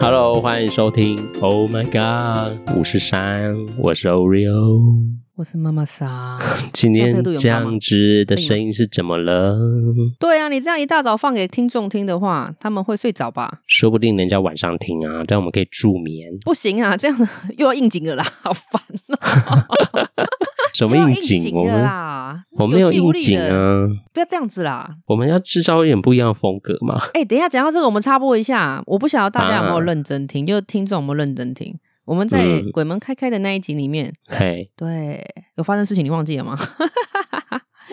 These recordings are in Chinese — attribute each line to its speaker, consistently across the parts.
Speaker 1: Hello，欢迎收听 Oh My God，我是山，我是 Oreo。
Speaker 2: 我是妈妈桑。
Speaker 1: 今
Speaker 2: 这样态
Speaker 1: 天
Speaker 2: 度有
Speaker 1: 这
Speaker 2: 高
Speaker 1: 样
Speaker 2: 吗
Speaker 1: 子的声音是怎么了？
Speaker 2: 对啊，你这样一大早放给听众听的话，他们会睡着吧？
Speaker 1: 说不定人家晚上听啊，但我们可以助眠。
Speaker 2: 不行啊，这样 又要应景了啦，好烦啊！
Speaker 1: 什么
Speaker 2: 又要
Speaker 1: 应
Speaker 2: 应
Speaker 1: 景？我
Speaker 2: 了
Speaker 1: 们
Speaker 2: 啦，
Speaker 1: 我没有
Speaker 2: 气
Speaker 1: 应
Speaker 2: 无力
Speaker 1: 景
Speaker 2: 的，
Speaker 1: 啊，
Speaker 2: 不要这样子啦！
Speaker 1: 我们要制造一点不一样的风格嘛。
Speaker 2: 哎、等一下讲到这个，我们插播一下，我不晓得大家有没有
Speaker 1: 啊
Speaker 2: 认真听，就是听众有没有认真听。我们在
Speaker 1: 嗯
Speaker 2: 《鬼门开开》的那一集里面，
Speaker 1: 嘿，
Speaker 2: 对，有发生事情，你忘记了吗？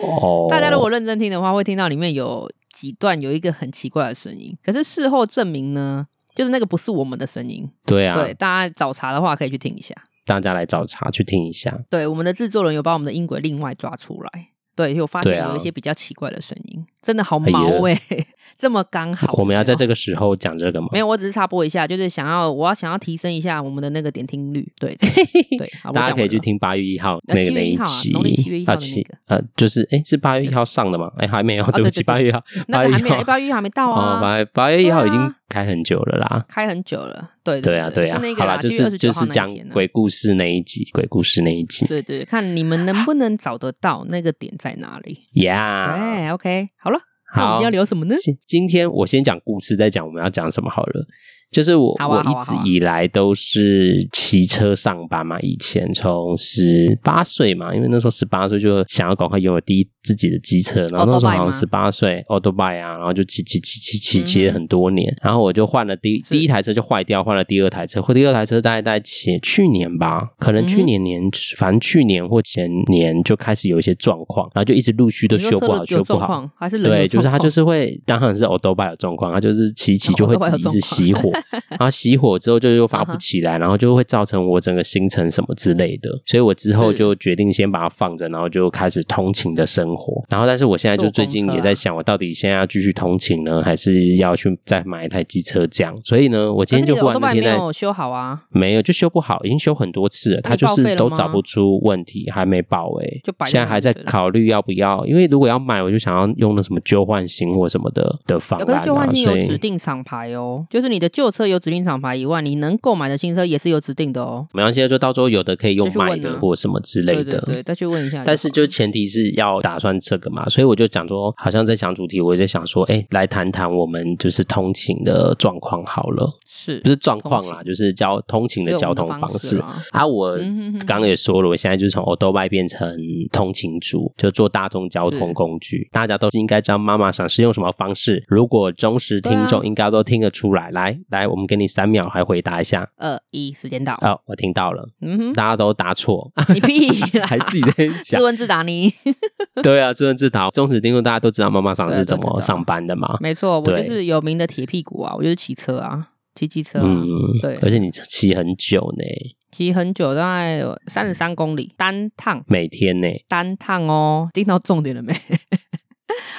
Speaker 1: 哦，
Speaker 2: 大家如果认真听的话，会听到里面有几段有一个很奇怪的声音，可是事后证明呢，就是那个不是我们的声音，
Speaker 1: 对啊，
Speaker 2: 对，大家找茬的话可以去听一下。
Speaker 1: 大家来找茬去听一下。
Speaker 2: 对，我们的制作人有把我们的音轨另外抓出来。对，有发现
Speaker 1: 对啊
Speaker 2: 有一些比较奇怪的声音，真的好
Speaker 1: 哎呀
Speaker 2: 毛哎、 这么刚好。
Speaker 1: 我们要在这
Speaker 2: 个
Speaker 1: 个时候讲这个吗？
Speaker 2: 没有，我只是插播一下，就是想要我要想要提升一下我们的那个点听率。 对对，好，我
Speaker 1: 大家
Speaker 2: 讲
Speaker 1: 可以
Speaker 2: 完
Speaker 1: 去
Speaker 2: 了。
Speaker 1: 听八月一号那
Speaker 2: 呃
Speaker 1: 个
Speaker 2: 7月
Speaker 1: 那一
Speaker 2: 1号啊
Speaker 1: 集，
Speaker 2: 农历7月1号
Speaker 1: 啊
Speaker 2: 的
Speaker 1: 七
Speaker 2: 那个哦
Speaker 1: 呃，就是哎，是八月一号上的吗？哎，还没有，对不
Speaker 2: 对
Speaker 1: 起，
Speaker 2: 对对
Speaker 1: 八月一号，
Speaker 2: 那
Speaker 1: 8
Speaker 2: 个
Speaker 1: 月
Speaker 2: 还
Speaker 1: 1
Speaker 2: 没有，
Speaker 1: 号
Speaker 2: 哎八月一还没到
Speaker 1: 哦，
Speaker 2: 啊，
Speaker 1: 八八月一号已
Speaker 2: 对啊
Speaker 1: 经开很久了啦。
Speaker 2: 开很久了。对
Speaker 1: 对啊，对
Speaker 2: 对
Speaker 1: 啊
Speaker 2: 是那，个
Speaker 1: 好
Speaker 2: 啦
Speaker 1: 啦，就
Speaker 2: 7月
Speaker 1: 是就
Speaker 2: 29号
Speaker 1: 是
Speaker 2: 那一
Speaker 1: 讲
Speaker 2: 天啊
Speaker 1: 鬼故事那一集，鬼故事那一集
Speaker 2: 对对，看你们能不能找得到那个点在哪里。
Speaker 1: ，Yeah，
Speaker 2: 哎，OK，好了，那我
Speaker 1: 好
Speaker 2: 们要，聊什么呢？
Speaker 1: 今今天我先讲故事，再讲我们要讲什么好了。就是我、
Speaker 2: 好啊
Speaker 1: 我
Speaker 2: 好啊
Speaker 1: 一直
Speaker 2: 好啊
Speaker 1: 以来都是骑车上班嘛，以前从十八岁嘛，因为那时候十八岁就想要赶快拥有第一自己的机车，然后那时候好
Speaker 2: Autobike
Speaker 1: 像
Speaker 2: 吗
Speaker 1: 十八岁 o u t o b i 啊，然后就骑骑骑骑骑
Speaker 2: 嗯
Speaker 1: 骑了很多年，然后我就换了第
Speaker 2: 是
Speaker 1: 第一台车就坏掉，换了第二台车，或第二台车大概在前去年吧，可能
Speaker 2: 嗯
Speaker 1: 去年年、反正去年或前年就开始有一些状况，然后就一直陆续都
Speaker 2: 你说
Speaker 1: 修不
Speaker 2: 车
Speaker 1: 好，
Speaker 2: 有
Speaker 1: 修不
Speaker 2: 状
Speaker 1: 好。
Speaker 2: 况，还是人有
Speaker 1: 对，就是
Speaker 2: 状
Speaker 1: 它就
Speaker 2: 况
Speaker 1: 是会，当然是 o d o b a 有状况，它就是骑一骑 就会自己一直熄火， 然后熄火之后就又
Speaker 2: 嗯
Speaker 1: 发不起来，然后就会造成我整个行程什么之类的，所以我之后
Speaker 2: 是
Speaker 1: 就决定先把它放着，然后就开始通勤的生活。然后，但是我现在就
Speaker 2: 坐
Speaker 1: 最
Speaker 2: 公
Speaker 1: 近
Speaker 2: 车
Speaker 1: 也
Speaker 2: 啊
Speaker 1: 在想，我到底现在要继续通勤呢，还是要去再买一台机车这样？所以呢，我今天就忽
Speaker 2: 我
Speaker 1: 然
Speaker 2: 都
Speaker 1: 那
Speaker 2: 没
Speaker 1: 天在
Speaker 2: 有修好啊，
Speaker 1: 没有，就修不好，已经修很多次了，他
Speaker 2: 那你
Speaker 1: 就
Speaker 2: 报
Speaker 1: 是
Speaker 2: 废了
Speaker 1: 都
Speaker 2: 吗
Speaker 1: 找不出问题，还没报哎、
Speaker 2: 就摆在
Speaker 1: 现在
Speaker 2: 那
Speaker 1: 还
Speaker 2: 里
Speaker 1: 在
Speaker 2: 对了
Speaker 1: 考虑要不要，因为如果要买，我就想要用那什么旧换新或什么的的方
Speaker 2: 可
Speaker 1: 案
Speaker 2: 是旧
Speaker 1: 啊，
Speaker 2: 换新
Speaker 1: 所
Speaker 2: 有指
Speaker 1: 以。
Speaker 2: 定厂牌哦，就是你的旧车有指定厂牌以外，你能购买的新车也是有指定的哦。
Speaker 1: 没关系，啊就到时候有的可以用
Speaker 2: 就去
Speaker 1: 买
Speaker 2: 问
Speaker 1: 的
Speaker 2: 啊
Speaker 1: 或什么之类
Speaker 2: 对对
Speaker 1: 的。
Speaker 2: 对，再去问一下好了。
Speaker 1: 但是就前提是要打算这个嘛，所以我就讲说，好像在讲主题，我也在想说，哎，来谈谈我们就是通勤的状况好了，
Speaker 2: 是
Speaker 1: 不是状况啦，
Speaker 2: 通勤
Speaker 1: 就是交通勤的
Speaker 2: 对我
Speaker 1: 交
Speaker 2: 们的
Speaker 1: 通
Speaker 2: 方
Speaker 1: 方
Speaker 2: 式
Speaker 1: 式
Speaker 2: 啦
Speaker 1: 啊，我
Speaker 2: 嗯哼哼哼
Speaker 1: 刚刚也说了，我现在就是从 o d o b i 变成通勤族，就坐大众交通工具。大家都应该知道妈妈想是用什么方式。如果忠实听
Speaker 2: 对啊
Speaker 1: 众应该都听得出来。来来，我们给你三秒来回答一下。
Speaker 2: 二一时间到。
Speaker 1: 哦，我听到了，
Speaker 2: 嗯
Speaker 1: 大家都答 错，
Speaker 2: 哼，你屁啦，
Speaker 1: 还自己在讲
Speaker 2: 自。问自答你。
Speaker 1: 对啊，自问自答。忠实听众大家都知道妈妈想是怎
Speaker 2: 对都
Speaker 1: 么
Speaker 2: 知道
Speaker 1: 上班的嘛。
Speaker 2: 没错，我
Speaker 1: 对
Speaker 2: 就是有名的铁屁股啊，我就是骑车啊，骑机车啊，
Speaker 1: 嗯，
Speaker 2: 对
Speaker 1: 而且你骑很久呢，
Speaker 2: 骑很久，大概三十三公里单趟。
Speaker 1: 每天呢，
Speaker 2: 单趟哦，听到重点了没？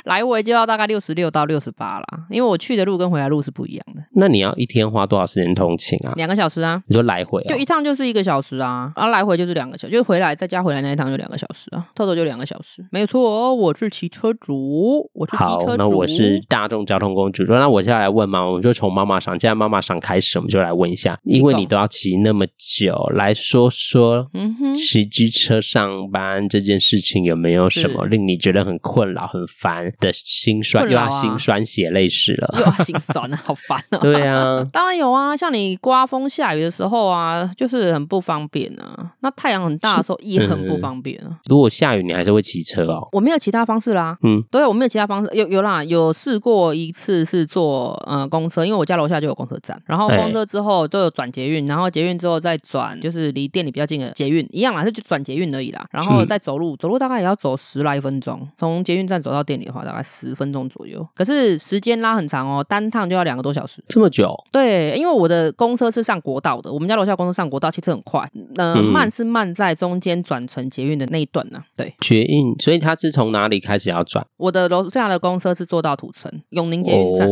Speaker 2: 来回就要大概六十六到六十八啦，因为我去的路跟回来路是不一样的，
Speaker 1: 那你要一天花多少时间通勤啊？
Speaker 2: 两个小时啊，
Speaker 1: 你说来回、哦、
Speaker 2: 就一趟就是一个小时啊，然后来回就是两个小时，就是回来再加回来那一趟就两个小时啊，透透就两个小时，没错哦，我是骑车族，我是
Speaker 1: 好
Speaker 2: 骑车，族，
Speaker 1: 那我是大众交通工具。那我接下来问嘛，我们就从妈妈上，既然妈妈上开始，我们就来问一下，因为你都要骑那么久，来说说，
Speaker 2: 嗯 哼
Speaker 1: 骑机车上班这件事情有没有什么
Speaker 2: 是
Speaker 1: 令你觉得很困扰、很烦的心酸，
Speaker 2: 困
Speaker 1: 又
Speaker 2: 扰啊
Speaker 1: 要心酸血泪史了？
Speaker 2: 又要心酸了，好烦啊！
Speaker 1: 对 啊，
Speaker 2: 当然有啊，像你刮风下雨的时候啊，就是很不方便啊。那太阳很大的时候也很不方便啊。
Speaker 1: 如果下雨，你还是会骑车哦。
Speaker 2: 我没有其他方式啦。
Speaker 1: 嗯，
Speaker 2: 对，我没有其他方式，有有啦，有试过一次是坐呃公车，因为我家楼下就有公车站，然后
Speaker 1: 哎
Speaker 2: 公车之后就有转捷运，然后捷运之后再转就是离店里比较近的捷运，一样啦，是就转捷运而已啦，然后
Speaker 1: 嗯
Speaker 2: 再走路，走路大概也要走十来分钟，从捷运站走到店里的话大概十分钟左右，可是时间拉很长哦，单趟就要两个多小时。
Speaker 1: 这么久，
Speaker 2: 对，因为我的公车是上国道的，我们家楼下公车上国道，其实很快，呃，
Speaker 1: 嗯
Speaker 2: 慢是慢在中间转成捷运的那一段呢、对，
Speaker 1: 绝印，所以他是从哪里开始要转？
Speaker 2: 我的楼下的公车是坐到土城永宁捷运站，
Speaker 1: 哦，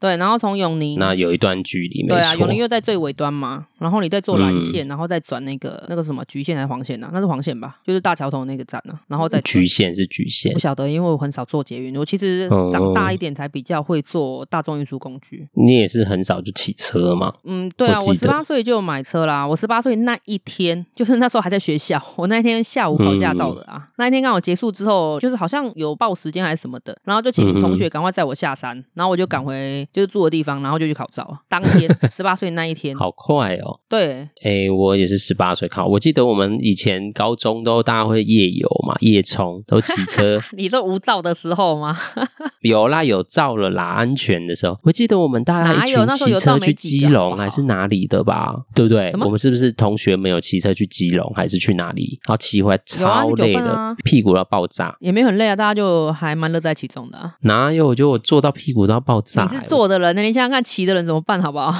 Speaker 2: 对，然后从永宁。
Speaker 1: 那有一段距离，没
Speaker 2: 对啊，
Speaker 1: 错嗯
Speaker 2: 永。宁又在最尾端嘛，然后你再坐蓝线，然后再转那个那个什么橘线还是黄线啊？那是黄线吧，就是大桥头那个站啊，然后再
Speaker 1: 局
Speaker 2: 转
Speaker 1: 限是局限
Speaker 2: 不，晓得，因为我很少坐捷运，我其实
Speaker 1: 哦
Speaker 2: 长大一点才比较会坐大众运输工具。
Speaker 1: 你也是很少就骑车嘛，
Speaker 2: 嗯，对啊，
Speaker 1: 我记
Speaker 2: 我十
Speaker 1: 得
Speaker 2: 八岁就买车啦。我十八岁那一天，就是那时候还在学校，我那一天下午考驾照的
Speaker 1: 嗯
Speaker 2: 啊。那一天刚好结束之后，就是好像有报时间还是什么的，然后就
Speaker 1: 嗯
Speaker 2: 请
Speaker 1: 嗯
Speaker 2: 同学赶快载我下山，然后我就赶回就是住的地方，然后就去考照啊。当 天十八岁那一天，
Speaker 1: 好快哦！
Speaker 2: 对，
Speaker 1: 诶，我也是十八岁考，我记得我们以前高中都大家会夜游嘛，夜冲都骑 车，
Speaker 2: 你这无照的时候吗？
Speaker 1: 有啦有照了啦，安全的时候，我记得我们大家
Speaker 2: 哪
Speaker 1: 一
Speaker 2: 有
Speaker 1: 群
Speaker 2: 那时候
Speaker 1: 骑
Speaker 2: 有
Speaker 1: 车
Speaker 2: 照没
Speaker 1: 去
Speaker 2: 几
Speaker 1: 基
Speaker 2: 个好
Speaker 1: 隆
Speaker 2: 不好
Speaker 1: 还是哪里的吧，对不对
Speaker 2: 什？么
Speaker 1: 我们是不是同学们有骑车去基隆还是去哪里？然后骑回来
Speaker 2: 有啊
Speaker 1: 超
Speaker 2: 去九
Speaker 1: 累
Speaker 2: 份
Speaker 1: 的，
Speaker 2: 啊
Speaker 1: 屁股要爆炸。
Speaker 2: 也没有很累啊，大家就还蛮乐在其中的、啊。
Speaker 1: 哪有？我觉得我坐到屁股都要爆炸、
Speaker 2: 你
Speaker 1: 欸。
Speaker 2: 是坐的人，那你想想看，骑的人怎么办，好不好？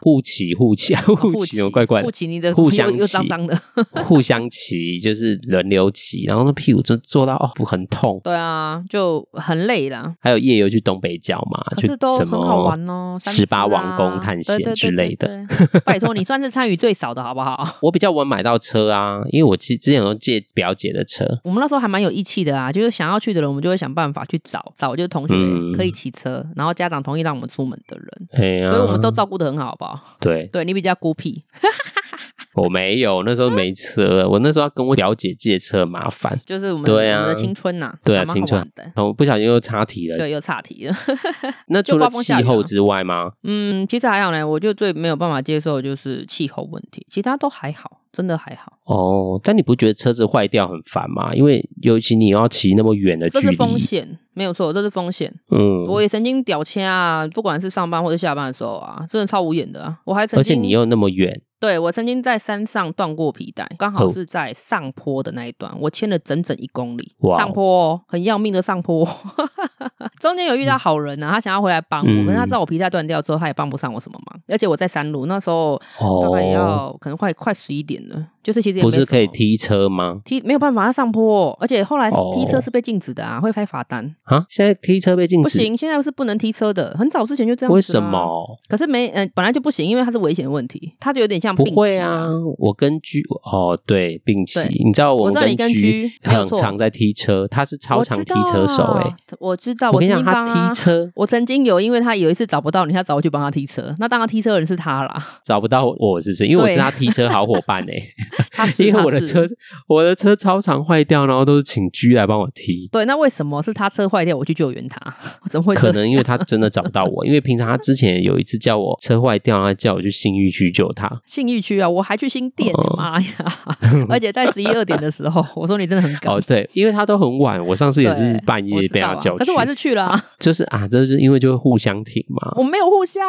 Speaker 1: 互骑互骑 互骑，哦我怪怪
Speaker 2: 不
Speaker 1: 的，
Speaker 2: 骑你的
Speaker 1: 互相
Speaker 2: 又又
Speaker 1: 骑
Speaker 2: 脏脏的。
Speaker 1: 互相骑就是轮流骑，然后那屁股就坐到哦很痛。
Speaker 2: 对啊，就很累啦。
Speaker 1: 还有夜游去东北角嘛，
Speaker 2: 可
Speaker 1: 啊去
Speaker 2: 是都
Speaker 1: 什
Speaker 2: 很
Speaker 1: 么
Speaker 2: 好玩哦，三
Speaker 1: 十八
Speaker 2: 只啊
Speaker 1: 王宫探险之类。的。
Speaker 2: 对对对对对拜托你算是参与最少的好不好？
Speaker 1: 我比较晚买到车啊，因为我其实之前有借表姐的车，
Speaker 2: 我们那时候还蛮有义气的啊，就是想要去的人，我们就会想办法去找找，就是同学
Speaker 1: 嗯
Speaker 2: 可以骑车，然后家长同意让我们出门的人，
Speaker 1: 哎呀，
Speaker 2: 所以我们都照顾的很好，好不好？
Speaker 1: 对
Speaker 2: 对你比较孤僻，
Speaker 1: 我没有，那时候没车，我那时候要跟我表姐借车很麻烦，
Speaker 2: 就是我们
Speaker 1: 对啊
Speaker 2: 我们的青春呐，
Speaker 1: 对啊
Speaker 2: 还蛮好
Speaker 1: 青春
Speaker 2: 玩的。
Speaker 1: 然后不小心又岔题了。
Speaker 2: 对，又岔题了。
Speaker 1: 那除
Speaker 2: 就刮
Speaker 1: 了
Speaker 2: 风
Speaker 1: 气
Speaker 2: 下雨啊
Speaker 1: 候之外吗？
Speaker 2: 嗯，其实还好呢，我就最没有办法接受的就是气候问题，其他都还好，真的还好。
Speaker 1: 哦，但你不觉得车子坏掉很烦吗？因为尤其你要骑那么远的距
Speaker 2: 这
Speaker 1: 离，
Speaker 2: 是风险，没有错，这是风险。
Speaker 1: 嗯，
Speaker 2: 我也曾经屌切啊，不管是上班或者下班的时候啊，真的超无眼的啊。我还曾
Speaker 1: 而
Speaker 2: 经，
Speaker 1: 且你又那么远，
Speaker 2: 对我曾经在山上断过皮带，刚好
Speaker 1: 哦
Speaker 2: 是在上坡的那一段，我牵了整整一公里，
Speaker 1: 哇哦
Speaker 2: 上坡哦，很要命的上坡哦。 中间有遇到好人啊，他想要回来帮我，
Speaker 1: 嗯
Speaker 2: 可是他知道我皮带断掉之后，他也帮不上我什么忙。而且我在山路，那时候大概也
Speaker 1: 哦，
Speaker 2: 要、可能快快十一点了，就是其实也
Speaker 1: 不
Speaker 2: 没
Speaker 1: 是
Speaker 2: 什
Speaker 1: 可以
Speaker 2: 么
Speaker 1: 踢车吗？
Speaker 2: 踢，没有办法，他上坡哦，而且后来
Speaker 1: 哦
Speaker 2: 踢车是被禁止的啊，会拍罚单。
Speaker 1: 啊，现在踢车被禁
Speaker 2: 不
Speaker 1: 止，
Speaker 2: 行，现在是不能踢车的，很早之前就这样、啊
Speaker 1: 为什？么？
Speaker 2: 可是没，呃，本来就不行，因为它是危险问题，它就有点像
Speaker 1: 不
Speaker 2: 病
Speaker 1: 会
Speaker 2: 期
Speaker 1: 啊。，我跟居哦对，并骑
Speaker 2: 对，
Speaker 1: 你知道
Speaker 2: 我
Speaker 1: 我
Speaker 2: 知道
Speaker 1: 们
Speaker 2: 你跟
Speaker 1: 居
Speaker 2: G，没有
Speaker 1: 很
Speaker 2: 错
Speaker 1: 常在踢车，他是超
Speaker 2: 我
Speaker 1: 常
Speaker 2: 知
Speaker 1: 踢
Speaker 2: 道
Speaker 1: 车手哎、
Speaker 2: 啊我知道，
Speaker 1: 我
Speaker 2: 我
Speaker 1: 跟你
Speaker 2: 是
Speaker 1: 讲，
Speaker 2: 硬邦
Speaker 1: 他
Speaker 2: 啊
Speaker 1: 踢。车
Speaker 2: 我曾经有，因为他有一次找不到你，他找我去帮他踢车。那当然踢车的人是他 啦，
Speaker 1: 找不到我是不是？因为我
Speaker 2: 对
Speaker 1: 是他踢车好伙伴 哎、
Speaker 2: 他是
Speaker 1: 因为我的。
Speaker 2: 他
Speaker 1: 车
Speaker 2: 是
Speaker 1: 我的车超常坏掉，然后都是请居来帮我踢。
Speaker 2: 对，那为什么是他车坏掉，我去救援他？ 我怎么会这
Speaker 1: 可能因为他真的找不到我，因为平常他之前有一次叫我车坏掉，他叫我去信义区救他。
Speaker 2: 信义区啊？我还去新店，
Speaker 1: 哦
Speaker 2: 妈呀！ 而且在十一二点的时候， 我说你真的很搞
Speaker 1: 哦，对，因为他都很晚，我上次也是
Speaker 2: 对
Speaker 1: 半
Speaker 2: 我
Speaker 1: 夜
Speaker 2: 知
Speaker 1: 被
Speaker 2: 道
Speaker 1: 他
Speaker 2: 啊
Speaker 1: 叫去，
Speaker 2: 可是我还是去了啊、
Speaker 1: 就是啊，这就是因为就会互相挺嘛。
Speaker 2: 我没有 互相，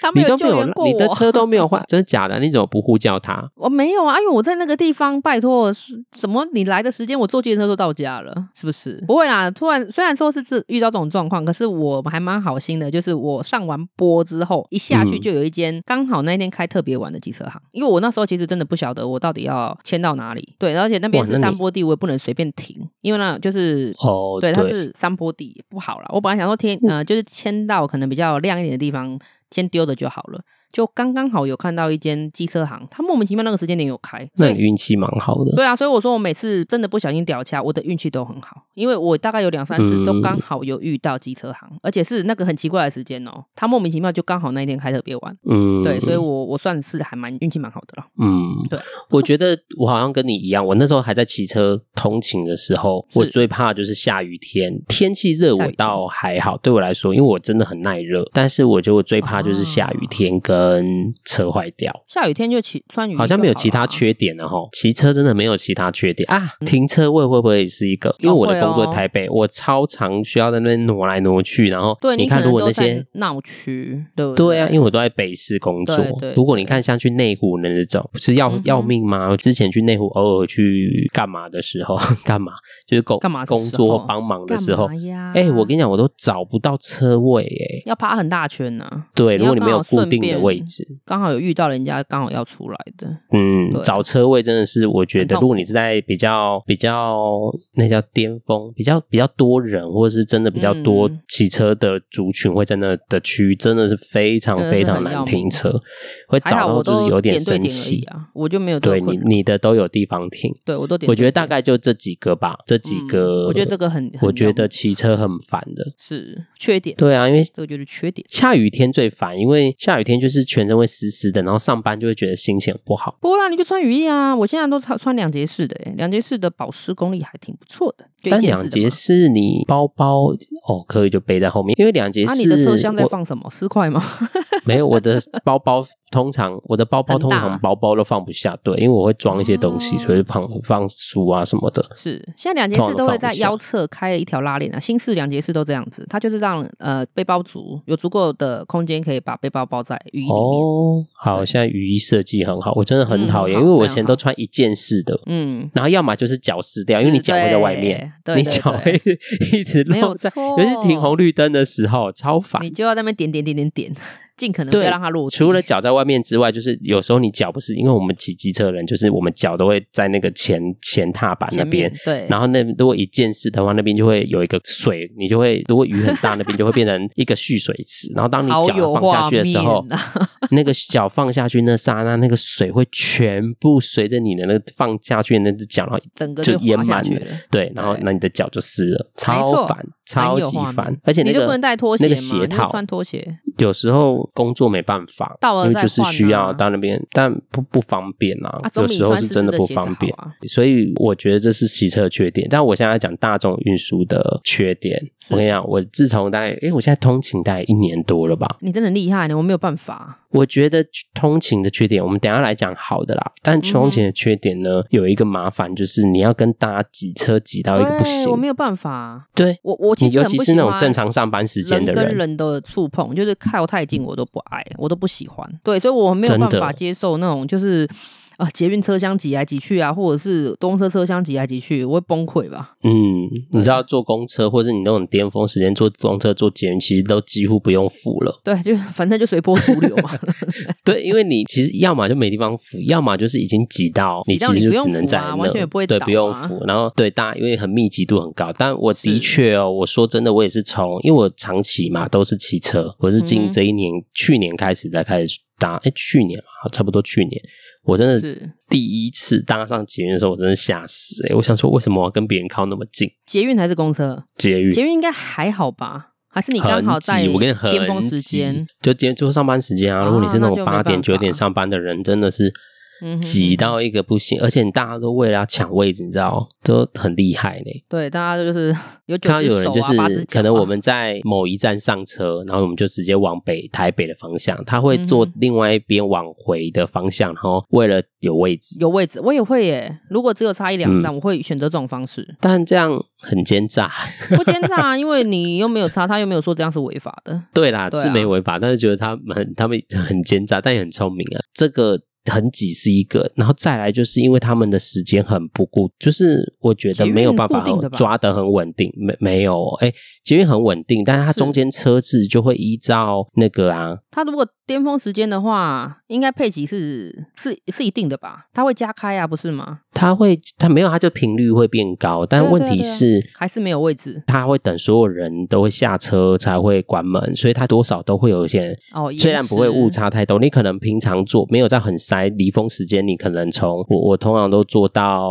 Speaker 2: 他没
Speaker 1: 你都没
Speaker 2: 救
Speaker 1: 有
Speaker 2: 援过，我。
Speaker 1: 你的车都没有坏，真的假的？你怎么不呼叫他？
Speaker 2: 我没有啊，因为我在那个地方，拜托，是怎么你来的时间，我坐计程车就到家了，是不是？不会啦，突然虽然说是这遇到这种状况，可是我还蛮好心的，就是我上完播之后，一下去
Speaker 1: 嗯
Speaker 2: 就有一间、刚好那一天开特别晚的机车行，因为我那时候其实真的不晓得我到底要签到哪里，对，而且那边
Speaker 1: 哇
Speaker 2: 是
Speaker 1: 那你
Speaker 2: 山坡地，我也不能随便停，因为呢就是。
Speaker 1: 哦，嗯
Speaker 2: 对，它是山坡地，不好啦。我本来想说天，呃，就是迁到可能比较亮一点的地方，先丢的就好了。就刚刚好有看到一间机车行，它莫名其妙那个时间点有开，所
Speaker 1: 那你
Speaker 2: 以
Speaker 1: 运气蛮好的。
Speaker 2: 对啊，所以我说我每次真的不小心掉卡，我的运气都很好，因为我大概有两三次都
Speaker 1: 嗯
Speaker 2: 刚好有遇到机车行，而且是那个很奇怪的时间哦，它莫名其妙就刚好那一天开特别晚，
Speaker 1: 嗯，
Speaker 2: 对，所以我我算是还蛮运气蛮好的了。
Speaker 1: 嗯，
Speaker 2: 对，
Speaker 1: 我觉得我好像跟你一样，我那时候还在骑车通勤的时候，
Speaker 2: 是
Speaker 1: 我最怕就是下雨天。天气热我
Speaker 2: 下雨天
Speaker 1: 倒还好，对我来说，因为我真的很耐热，但是我觉得我
Speaker 2: 哦
Speaker 1: 最怕就是下雨天跟车坏掉。
Speaker 2: 下雨天就骑穿雨衣就
Speaker 1: 好
Speaker 2: 好
Speaker 1: 像没有其他
Speaker 2: 啦，
Speaker 1: 缺点了哈，骑车真的没有其他缺点啊。停车位会不会是一个？因为我的工作
Speaker 2: 嗯哦会哦
Speaker 1: 台北，我超常需要在那边挪来挪去，然后
Speaker 2: 对
Speaker 1: 你
Speaker 2: 可
Speaker 1: 看，
Speaker 2: 能
Speaker 1: 如果
Speaker 2: 都
Speaker 1: 那些
Speaker 2: 在闹区，对不
Speaker 1: 对啊，因为
Speaker 2: 为
Speaker 1: 我都在北市工作。
Speaker 2: 对对
Speaker 1: 如果你看像去内湖的那种，不是要、
Speaker 2: 嗯哼
Speaker 1: 要命吗？我之前去内湖偶尔去干嘛的时候， 干嘛就是工
Speaker 2: 干嘛的时候
Speaker 1: 工作帮忙的时候
Speaker 2: 干嘛，呀？
Speaker 1: 哎、我跟你讲，我都找不到车位哎、
Speaker 2: 要爬很大圈呢、
Speaker 1: 对，
Speaker 2: 你
Speaker 1: 如
Speaker 2: 要
Speaker 1: 果你没有
Speaker 2: 刚好
Speaker 1: 固定
Speaker 2: 顺
Speaker 1: 的
Speaker 2: 便
Speaker 1: 位置。
Speaker 2: 刚好有遇到人家刚好要出来的，
Speaker 1: 嗯
Speaker 2: 对，
Speaker 1: 找车位真的是我觉
Speaker 2: 很
Speaker 1: 得，
Speaker 2: 痛苦
Speaker 1: 如果你是在比较比较那叫巅峰，比较比较多人，或者是真的比较多
Speaker 2: 嗯
Speaker 1: 骑车的族群会在那的区域，真的是非常
Speaker 2: 真的是
Speaker 1: 非常
Speaker 2: 很
Speaker 1: 难
Speaker 2: 要
Speaker 1: 停
Speaker 2: 命
Speaker 1: 车，会哎
Speaker 2: 还
Speaker 1: 找
Speaker 2: 好我
Speaker 1: 到就是
Speaker 2: 都
Speaker 1: 有
Speaker 2: 点对
Speaker 1: 生
Speaker 2: 点而已
Speaker 1: 气。
Speaker 2: 啊，我就没有这
Speaker 1: 对
Speaker 2: 个
Speaker 1: 你
Speaker 2: 困扰。
Speaker 1: 你的都有地方停，
Speaker 2: 对我都点对点，
Speaker 1: 我觉得大概就这几个吧，这几
Speaker 2: 嗯
Speaker 1: 个。
Speaker 2: 我觉得这个很，很
Speaker 1: 我觉
Speaker 2: 要
Speaker 1: 得
Speaker 2: 命
Speaker 1: 骑车很烦的。
Speaker 2: 是缺点，
Speaker 1: 对啊，因为
Speaker 2: 这个就是缺点。
Speaker 1: 下雨天最烦，因为下雨天就是全身会湿湿的，然后上班就会觉得心情不好。
Speaker 2: 不过啦，你就穿雨衣啊！我现在都穿穿两节式的、欸，两节式的保湿功力还挺不错的。就一
Speaker 1: 但
Speaker 2: 件
Speaker 1: 两
Speaker 2: 式的
Speaker 1: 节
Speaker 2: 嘛
Speaker 1: 式你包包哦可以就背在后面，因为两节
Speaker 2: 啊，
Speaker 1: 式
Speaker 2: 你的车厢在
Speaker 1: 我
Speaker 2: 放什么？四块吗？
Speaker 1: 没有我的 包包通常我的包包
Speaker 2: 很
Speaker 1: 通
Speaker 2: 大啊
Speaker 1: 常包包都放不下，对，因为我会装一些东西，
Speaker 2: 哦
Speaker 1: 所以放放书啊什么的。
Speaker 2: 是，现在两节
Speaker 1: 通
Speaker 2: 式
Speaker 1: 常
Speaker 2: 都
Speaker 1: 放
Speaker 2: 会
Speaker 1: 不
Speaker 2: 在
Speaker 1: 下
Speaker 2: 腰侧开一条拉链啊，新式两节式都这样子，它就是让呃背包族有足够的空间可以把背包包在雨衣里面。
Speaker 1: 哦，好，
Speaker 2: 对
Speaker 1: 现在雨衣设计很好，我真的很
Speaker 2: 嗯
Speaker 1: 讨厌，
Speaker 2: 好
Speaker 1: 因为我
Speaker 2: 非
Speaker 1: 以
Speaker 2: 常
Speaker 1: 前都穿一件式的，
Speaker 2: 嗯，
Speaker 1: 然后要么就是脚湿啊掉，因为你
Speaker 2: 是
Speaker 1: 脚会在外面，，
Speaker 2: 对
Speaker 1: 你
Speaker 2: 对对
Speaker 1: 脚
Speaker 2: 对
Speaker 1: 会 一直
Speaker 2: 没有
Speaker 1: 落在，
Speaker 2: 错
Speaker 1: 尤其是停红绿灯的时候，超烦
Speaker 2: 你。就要在那边点点点点点，尽可能不
Speaker 1: 对
Speaker 2: 要让它落地。
Speaker 1: 除了脚在外面之外，就是有时候你脚不是，因为我们骑机车的人，就是我们脚都会在那个前前踏板那
Speaker 2: 前面
Speaker 1: 边，
Speaker 2: 对，
Speaker 1: 然后那如果一件事的话，那边就会有一个水，你就会如果雨很大，那边就会变成一个蓄水池，然后当你
Speaker 2: 好
Speaker 1: 脚
Speaker 2: 有
Speaker 1: 放下
Speaker 2: 画
Speaker 1: 去的
Speaker 2: 面
Speaker 1: 时候，
Speaker 2: 啊，
Speaker 1: 那个脚放下去那刹那，那个水会全部随着你的那个放下去的那只脚，然后
Speaker 2: 整个
Speaker 1: 就
Speaker 2: 滑
Speaker 1: 淹
Speaker 2: 下
Speaker 1: 满
Speaker 2: 去
Speaker 1: 了
Speaker 2: 了。
Speaker 1: 对，然后
Speaker 2: 对
Speaker 1: 那你的脚就湿了，超
Speaker 2: 错
Speaker 1: 烦，超
Speaker 2: 蛮有
Speaker 1: 级
Speaker 2: 画面
Speaker 1: 烦，而且那
Speaker 2: 你就不
Speaker 1: 个
Speaker 2: 能带拖鞋
Speaker 1: 那
Speaker 2: 吗？
Speaker 1: 个鞋
Speaker 2: 你就
Speaker 1: 套
Speaker 2: 穿拖鞋，
Speaker 1: 有时候工作没办法，
Speaker 2: 到了
Speaker 1: 因为
Speaker 2: 再
Speaker 1: 就是
Speaker 2: 换
Speaker 1: 需要
Speaker 2: 啊
Speaker 1: 到那边，但不不方便啊，
Speaker 2: 啊总
Speaker 1: 有
Speaker 2: 比
Speaker 1: 时候是真不方便
Speaker 2: 你穿湿湿的鞋子。好啊
Speaker 1: 所以我觉得这是骑车的缺点，但我现在讲大众运输的缺点。
Speaker 2: 是
Speaker 1: 我跟你讲，我自从大概，诶，我现在通勤大概一年多了吧，
Speaker 2: 你真的很厉害呢，我没有办法。
Speaker 1: 我觉得通勤的缺点，我们等一下来讲好的啦。但通勤的缺点
Speaker 2: 嗯
Speaker 1: 呢，有一个麻烦就是你要跟大家挤车挤到一个不
Speaker 2: 对，我
Speaker 1: 行，
Speaker 2: 没有办法。
Speaker 1: 对
Speaker 2: 我我其
Speaker 1: 你
Speaker 2: 实
Speaker 1: 尤
Speaker 2: 很
Speaker 1: 其
Speaker 2: 不
Speaker 1: 是
Speaker 2: 喜
Speaker 1: 那种
Speaker 2: 欢
Speaker 1: 正常上班时间
Speaker 2: 人
Speaker 1: 的
Speaker 2: 跟人的触碰，就是靠太近我都不爱，我都不喜欢。对，所以我没有
Speaker 1: 真
Speaker 2: 办
Speaker 1: 的
Speaker 2: 法接受那种就是啊、捷运车厢挤来挤去啊，或者是公车车厢挤来挤去，我会崩溃吧？
Speaker 1: 嗯，你知道坐公车，或是你那种巅峰时间坐公车、坐捷运，其实都几乎不用扶了。
Speaker 2: 对，就反正就随波逐流嘛。
Speaker 1: 对，因为你其实要么就没地方扶，要么就是已经挤到
Speaker 2: 挤
Speaker 1: 其
Speaker 2: 到
Speaker 1: 实
Speaker 2: 你不
Speaker 1: 就
Speaker 2: 用
Speaker 1: 只能
Speaker 2: 扶
Speaker 1: 在
Speaker 2: 啊
Speaker 1: 那，
Speaker 2: 完全也不会
Speaker 1: 对，
Speaker 2: 倒
Speaker 1: 不用
Speaker 2: 啊
Speaker 1: 扶。然后对大家因为很密集度很高，但我的
Speaker 2: 是
Speaker 1: 确哦，我说真的，我也是从因为我长期嘛都是骑车，我是
Speaker 2: 嗯
Speaker 1: 近
Speaker 2: 哼
Speaker 1: 这一年、去年开始才开始搭，哎，去年嘛，差不多去年，我真的
Speaker 2: 是
Speaker 1: 第一次搭上捷运的时候，我真的吓死哎、我想说为什么我要跟别人靠那么近？
Speaker 2: 捷运还是公车？
Speaker 1: 捷运
Speaker 2: 捷运应该还好吧？还是你
Speaker 1: 很
Speaker 2: 刚好
Speaker 1: 挤
Speaker 2: 在
Speaker 1: 我跟你很
Speaker 2: 巅峰时
Speaker 1: 挤
Speaker 2: 间？
Speaker 1: 就今天就上班时间啊。
Speaker 2: 啊
Speaker 1: 如果你是那
Speaker 2: 那
Speaker 1: 种
Speaker 2: 就没
Speaker 1: 八
Speaker 2: 办
Speaker 1: 点
Speaker 2: 法
Speaker 1: 九点上班的人，真的是
Speaker 2: 嗯哼
Speaker 1: 挤到一个不行，而且大家都为了要抢位置，你知道，都很厉害呢。
Speaker 2: 对，大家就是有九
Speaker 1: 看到
Speaker 2: 只
Speaker 1: 有人
Speaker 2: 手
Speaker 1: 就
Speaker 2: 啊，八只
Speaker 1: 是
Speaker 2: 脚
Speaker 1: 可能
Speaker 2: 啊
Speaker 1: 我们在某一站上车，然后我们就直接往北台北的方向，他会坐
Speaker 2: 嗯哼
Speaker 1: 另外一边往回的方向，然后为了有位置，，
Speaker 2: 有位置，我也会耶。如果只有差一两站，我会选择这种方式
Speaker 1: 但这样很奸诈。
Speaker 2: 不奸诈啊，因为你又没有差，他又没有说这样是违法的。
Speaker 1: 对啦，
Speaker 2: 对啊
Speaker 1: 是没违法，但是觉得他们很他们很奸诈，但也很聪明啊。这个很挤是一个，然后再来就是因为他们的时间很不固，就是我觉得没有办法
Speaker 2: 捷运固定的吧
Speaker 1: 抓得很稳定，没没有哎、捷运很稳定，但是它
Speaker 2: 是
Speaker 1: 中间车次就会依照那个啊，
Speaker 2: 他如果巅峰时间的话，应该配齐是是是一定的吧？他会加开啊，不是吗？
Speaker 1: 它会它没有它就频率会变高，但
Speaker 2: 对啊
Speaker 1: 问
Speaker 2: 对
Speaker 1: 题
Speaker 2: 啊对啊
Speaker 1: 是。
Speaker 2: 还是没有位置
Speaker 1: 它会等所有人都会下车才会关门，所以它多少都会有一些
Speaker 2: 哦？也
Speaker 1: 虽然不会
Speaker 2: 是
Speaker 1: 误，差太多，你可能平常做没有在很塞离峰时间，你可能从我我通常都做到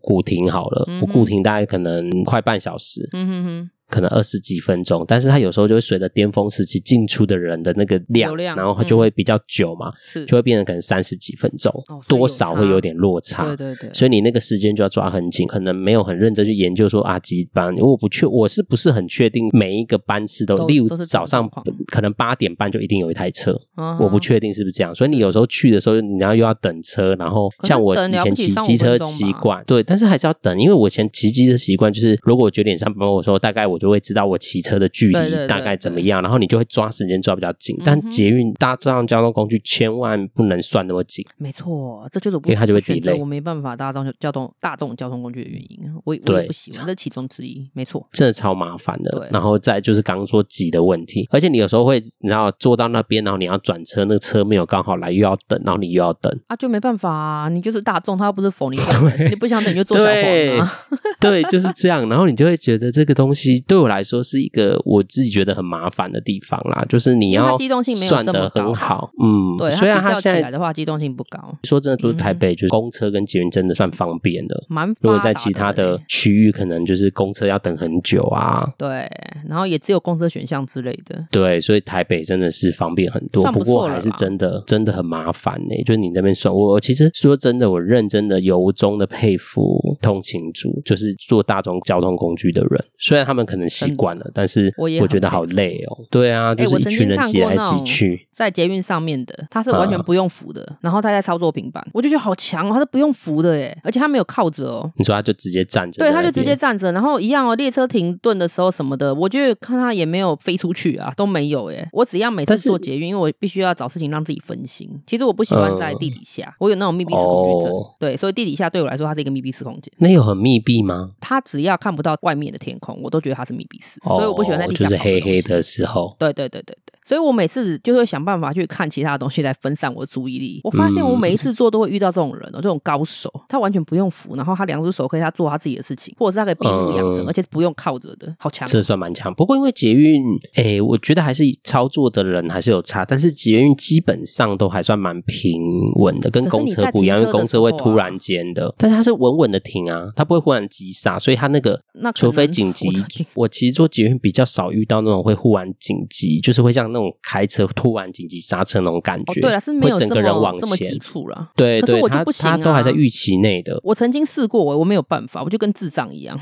Speaker 1: 古亭好了，
Speaker 2: 嗯哼
Speaker 1: 我古亭大概可能快半小时，
Speaker 2: 嗯哼哼，
Speaker 1: 可能二十几分钟，但是它有时候就会随着巅峰时期进出的人的那个量，
Speaker 2: 流量
Speaker 1: 然后它就会比较久嘛，
Speaker 2: 是
Speaker 1: 就会变成可能三十几分钟，
Speaker 2: 哦所以有
Speaker 1: 多少会有点落差。
Speaker 2: 对对对，
Speaker 1: 所以你那个时间就要抓很紧，可能没有很认真去研究说啊几班，因为我不确我是不是很确定每一个班次都，
Speaker 2: 都
Speaker 1: 例如
Speaker 2: 都是
Speaker 1: 早上
Speaker 2: 这种状况
Speaker 1: 可能八点半就一定有一台车，
Speaker 2: 啊哈
Speaker 1: 我不确定是不是这样，所以你有时候去的时候，你要又要等车，然后
Speaker 2: 可是
Speaker 1: 像我
Speaker 2: 等
Speaker 1: 以
Speaker 2: 了不
Speaker 1: 前
Speaker 2: 起
Speaker 1: 骑
Speaker 2: 上
Speaker 1: 机
Speaker 2: 五分
Speaker 1: 车
Speaker 2: 钟吧
Speaker 1: 习惯，对，但是还是要等，因为我以前骑机车习惯就是，如果我九点上班，我说大概我就会知道我骑车的距
Speaker 2: 对对对
Speaker 1: 离大概怎么样，然后你就会抓时间抓比较紧。但
Speaker 2: 嗯哼
Speaker 1: 捷运搭这样交通工具千万不能算那么紧，
Speaker 2: 没错，这就是我不
Speaker 1: 因为它就会
Speaker 2: 选择
Speaker 1: delay
Speaker 2: 我没办法搭众交通大众交通工具的原因，我我也
Speaker 1: 对
Speaker 2: 不喜欢，这是其中之一，没错。
Speaker 1: 真的超麻烦
Speaker 2: 对
Speaker 1: 的。然后再就是刚刚说挤的问题，而且你有时候会，你知道坐到那边，然后你要转车，那个车没有刚好来，又要等，然后你又要等。
Speaker 2: 啊，就没办法啊，你就是大众，他又不 是否你本人，你不想等你就做小
Speaker 1: 对
Speaker 2: 黄啊，
Speaker 1: 对，就是这样。然后你就会觉得这个东西对我来说是一个我自己觉得很麻烦的地方啦，就是你
Speaker 2: 因为它
Speaker 1: 要
Speaker 2: 机动性没有
Speaker 1: 算
Speaker 2: 这么
Speaker 1: 的
Speaker 2: 高
Speaker 1: 很好，嗯，
Speaker 2: 对，
Speaker 1: 虽然
Speaker 2: 它
Speaker 1: 它
Speaker 2: 比较
Speaker 1: 现
Speaker 2: 起
Speaker 1: 在
Speaker 2: 来的话，机动性不高，
Speaker 1: 说真的，都是台北，就是公车跟捷运真的算方便的。
Speaker 2: 蛮
Speaker 1: 如果
Speaker 2: 发
Speaker 1: 在
Speaker 2: 达
Speaker 1: 其他
Speaker 2: 的欸
Speaker 1: 的
Speaker 2: 嘞
Speaker 1: 区域，可能就是公车要等很久啊。
Speaker 2: 对，然后也只有公车选项之类的，
Speaker 1: 对，所以台北真的是方便很多，
Speaker 2: 算不
Speaker 1: 不
Speaker 2: 错
Speaker 1: 过
Speaker 2: 了啦
Speaker 1: 还是真的真的很麻烦呢、就是你那边算，我我其实说真的，我认真的由衷的佩服通勤族，就是坐大众交通工具的人。虽然他们可能习惯了，但是
Speaker 2: 我也
Speaker 1: 我觉得
Speaker 2: 很
Speaker 1: 好累哦。对啊，
Speaker 2: 哎
Speaker 1: 就是
Speaker 2: 我
Speaker 1: 一
Speaker 2: 曾
Speaker 1: 群
Speaker 2: 经
Speaker 1: 人
Speaker 2: 看
Speaker 1: 挤
Speaker 2: 过
Speaker 1: 来
Speaker 2: 那
Speaker 1: 挤
Speaker 2: 种
Speaker 1: 去，
Speaker 2: 在捷运上面的，它是完全
Speaker 1: 嗯
Speaker 2: 不用扶的，然后它在操作平板，我就觉得好强哦，它是不用扶的耶，而且它没有靠着哦。
Speaker 1: 你说他就直接站着在
Speaker 2: 对，
Speaker 1: 那
Speaker 2: 他
Speaker 1: 边，
Speaker 2: 就直接站着，然后一样哦。列车停顿的时候什么的，我觉得看他也没有飞出去啊，都没有耶。我只要每次
Speaker 1: 但是
Speaker 2: 做捷运，因为我必须要找事情让自己分心。其实我不喜欢在地底下，我有那种密闭式恐惧症，
Speaker 1: 嗯哦
Speaker 2: 对，所以地底下对我来说，它是一个密闭式空间。
Speaker 1: 那有很密闭吗？
Speaker 2: 它只要看不到外面的天空，我都觉得它是密闭式，所以我不喜欢在
Speaker 1: 哦
Speaker 2: 地下
Speaker 1: 就是
Speaker 2: 跑
Speaker 1: 黑黑
Speaker 2: 东西
Speaker 1: 的时候。
Speaker 2: 对对对对对，所以我每次就会想办法去看其他的东西来分散我的注意力。我发现
Speaker 1: 嗯
Speaker 2: 我每一次做都会遇到这种人哦，这种高手，他完全不用扶，然后他两只手可以他做他自己的事情，或者是他可以闭目养神，
Speaker 1: 嗯
Speaker 2: 而且不用靠着的，好强。
Speaker 1: 这算蛮强。不过因为捷运，诶、我觉得还是操作的人还是有差，但是捷运基本上都还算蛮平稳的，跟
Speaker 2: 可是
Speaker 1: 公
Speaker 2: 你
Speaker 1: 车
Speaker 2: 在
Speaker 1: 不一样，因
Speaker 2: 停
Speaker 1: 为
Speaker 2: 车的
Speaker 1: 公车会
Speaker 2: 时候啊
Speaker 1: 突然间的，但是它是稳稳的停啊，它不会忽然急刹，所以它那个
Speaker 2: 那可能
Speaker 1: 除非紧急
Speaker 2: 我的天，
Speaker 1: 我其实坐捷运比较少遇到那种会忽然紧急，就是会像那种开车突然紧急刹车那种感
Speaker 2: 哦，
Speaker 1: 觉，
Speaker 2: 对了，是没
Speaker 1: 会
Speaker 2: 有这
Speaker 1: 整个人
Speaker 2: 么
Speaker 1: 往
Speaker 2: 这么
Speaker 1: 前
Speaker 2: 急。促了。
Speaker 1: 对
Speaker 2: 可是
Speaker 1: 对，
Speaker 2: 我就
Speaker 1: 它
Speaker 2: 不行
Speaker 1: 它都还在
Speaker 2: 啊
Speaker 1: 预期内的，
Speaker 2: 我曾经试过，我我没有办法，我就跟智障一样，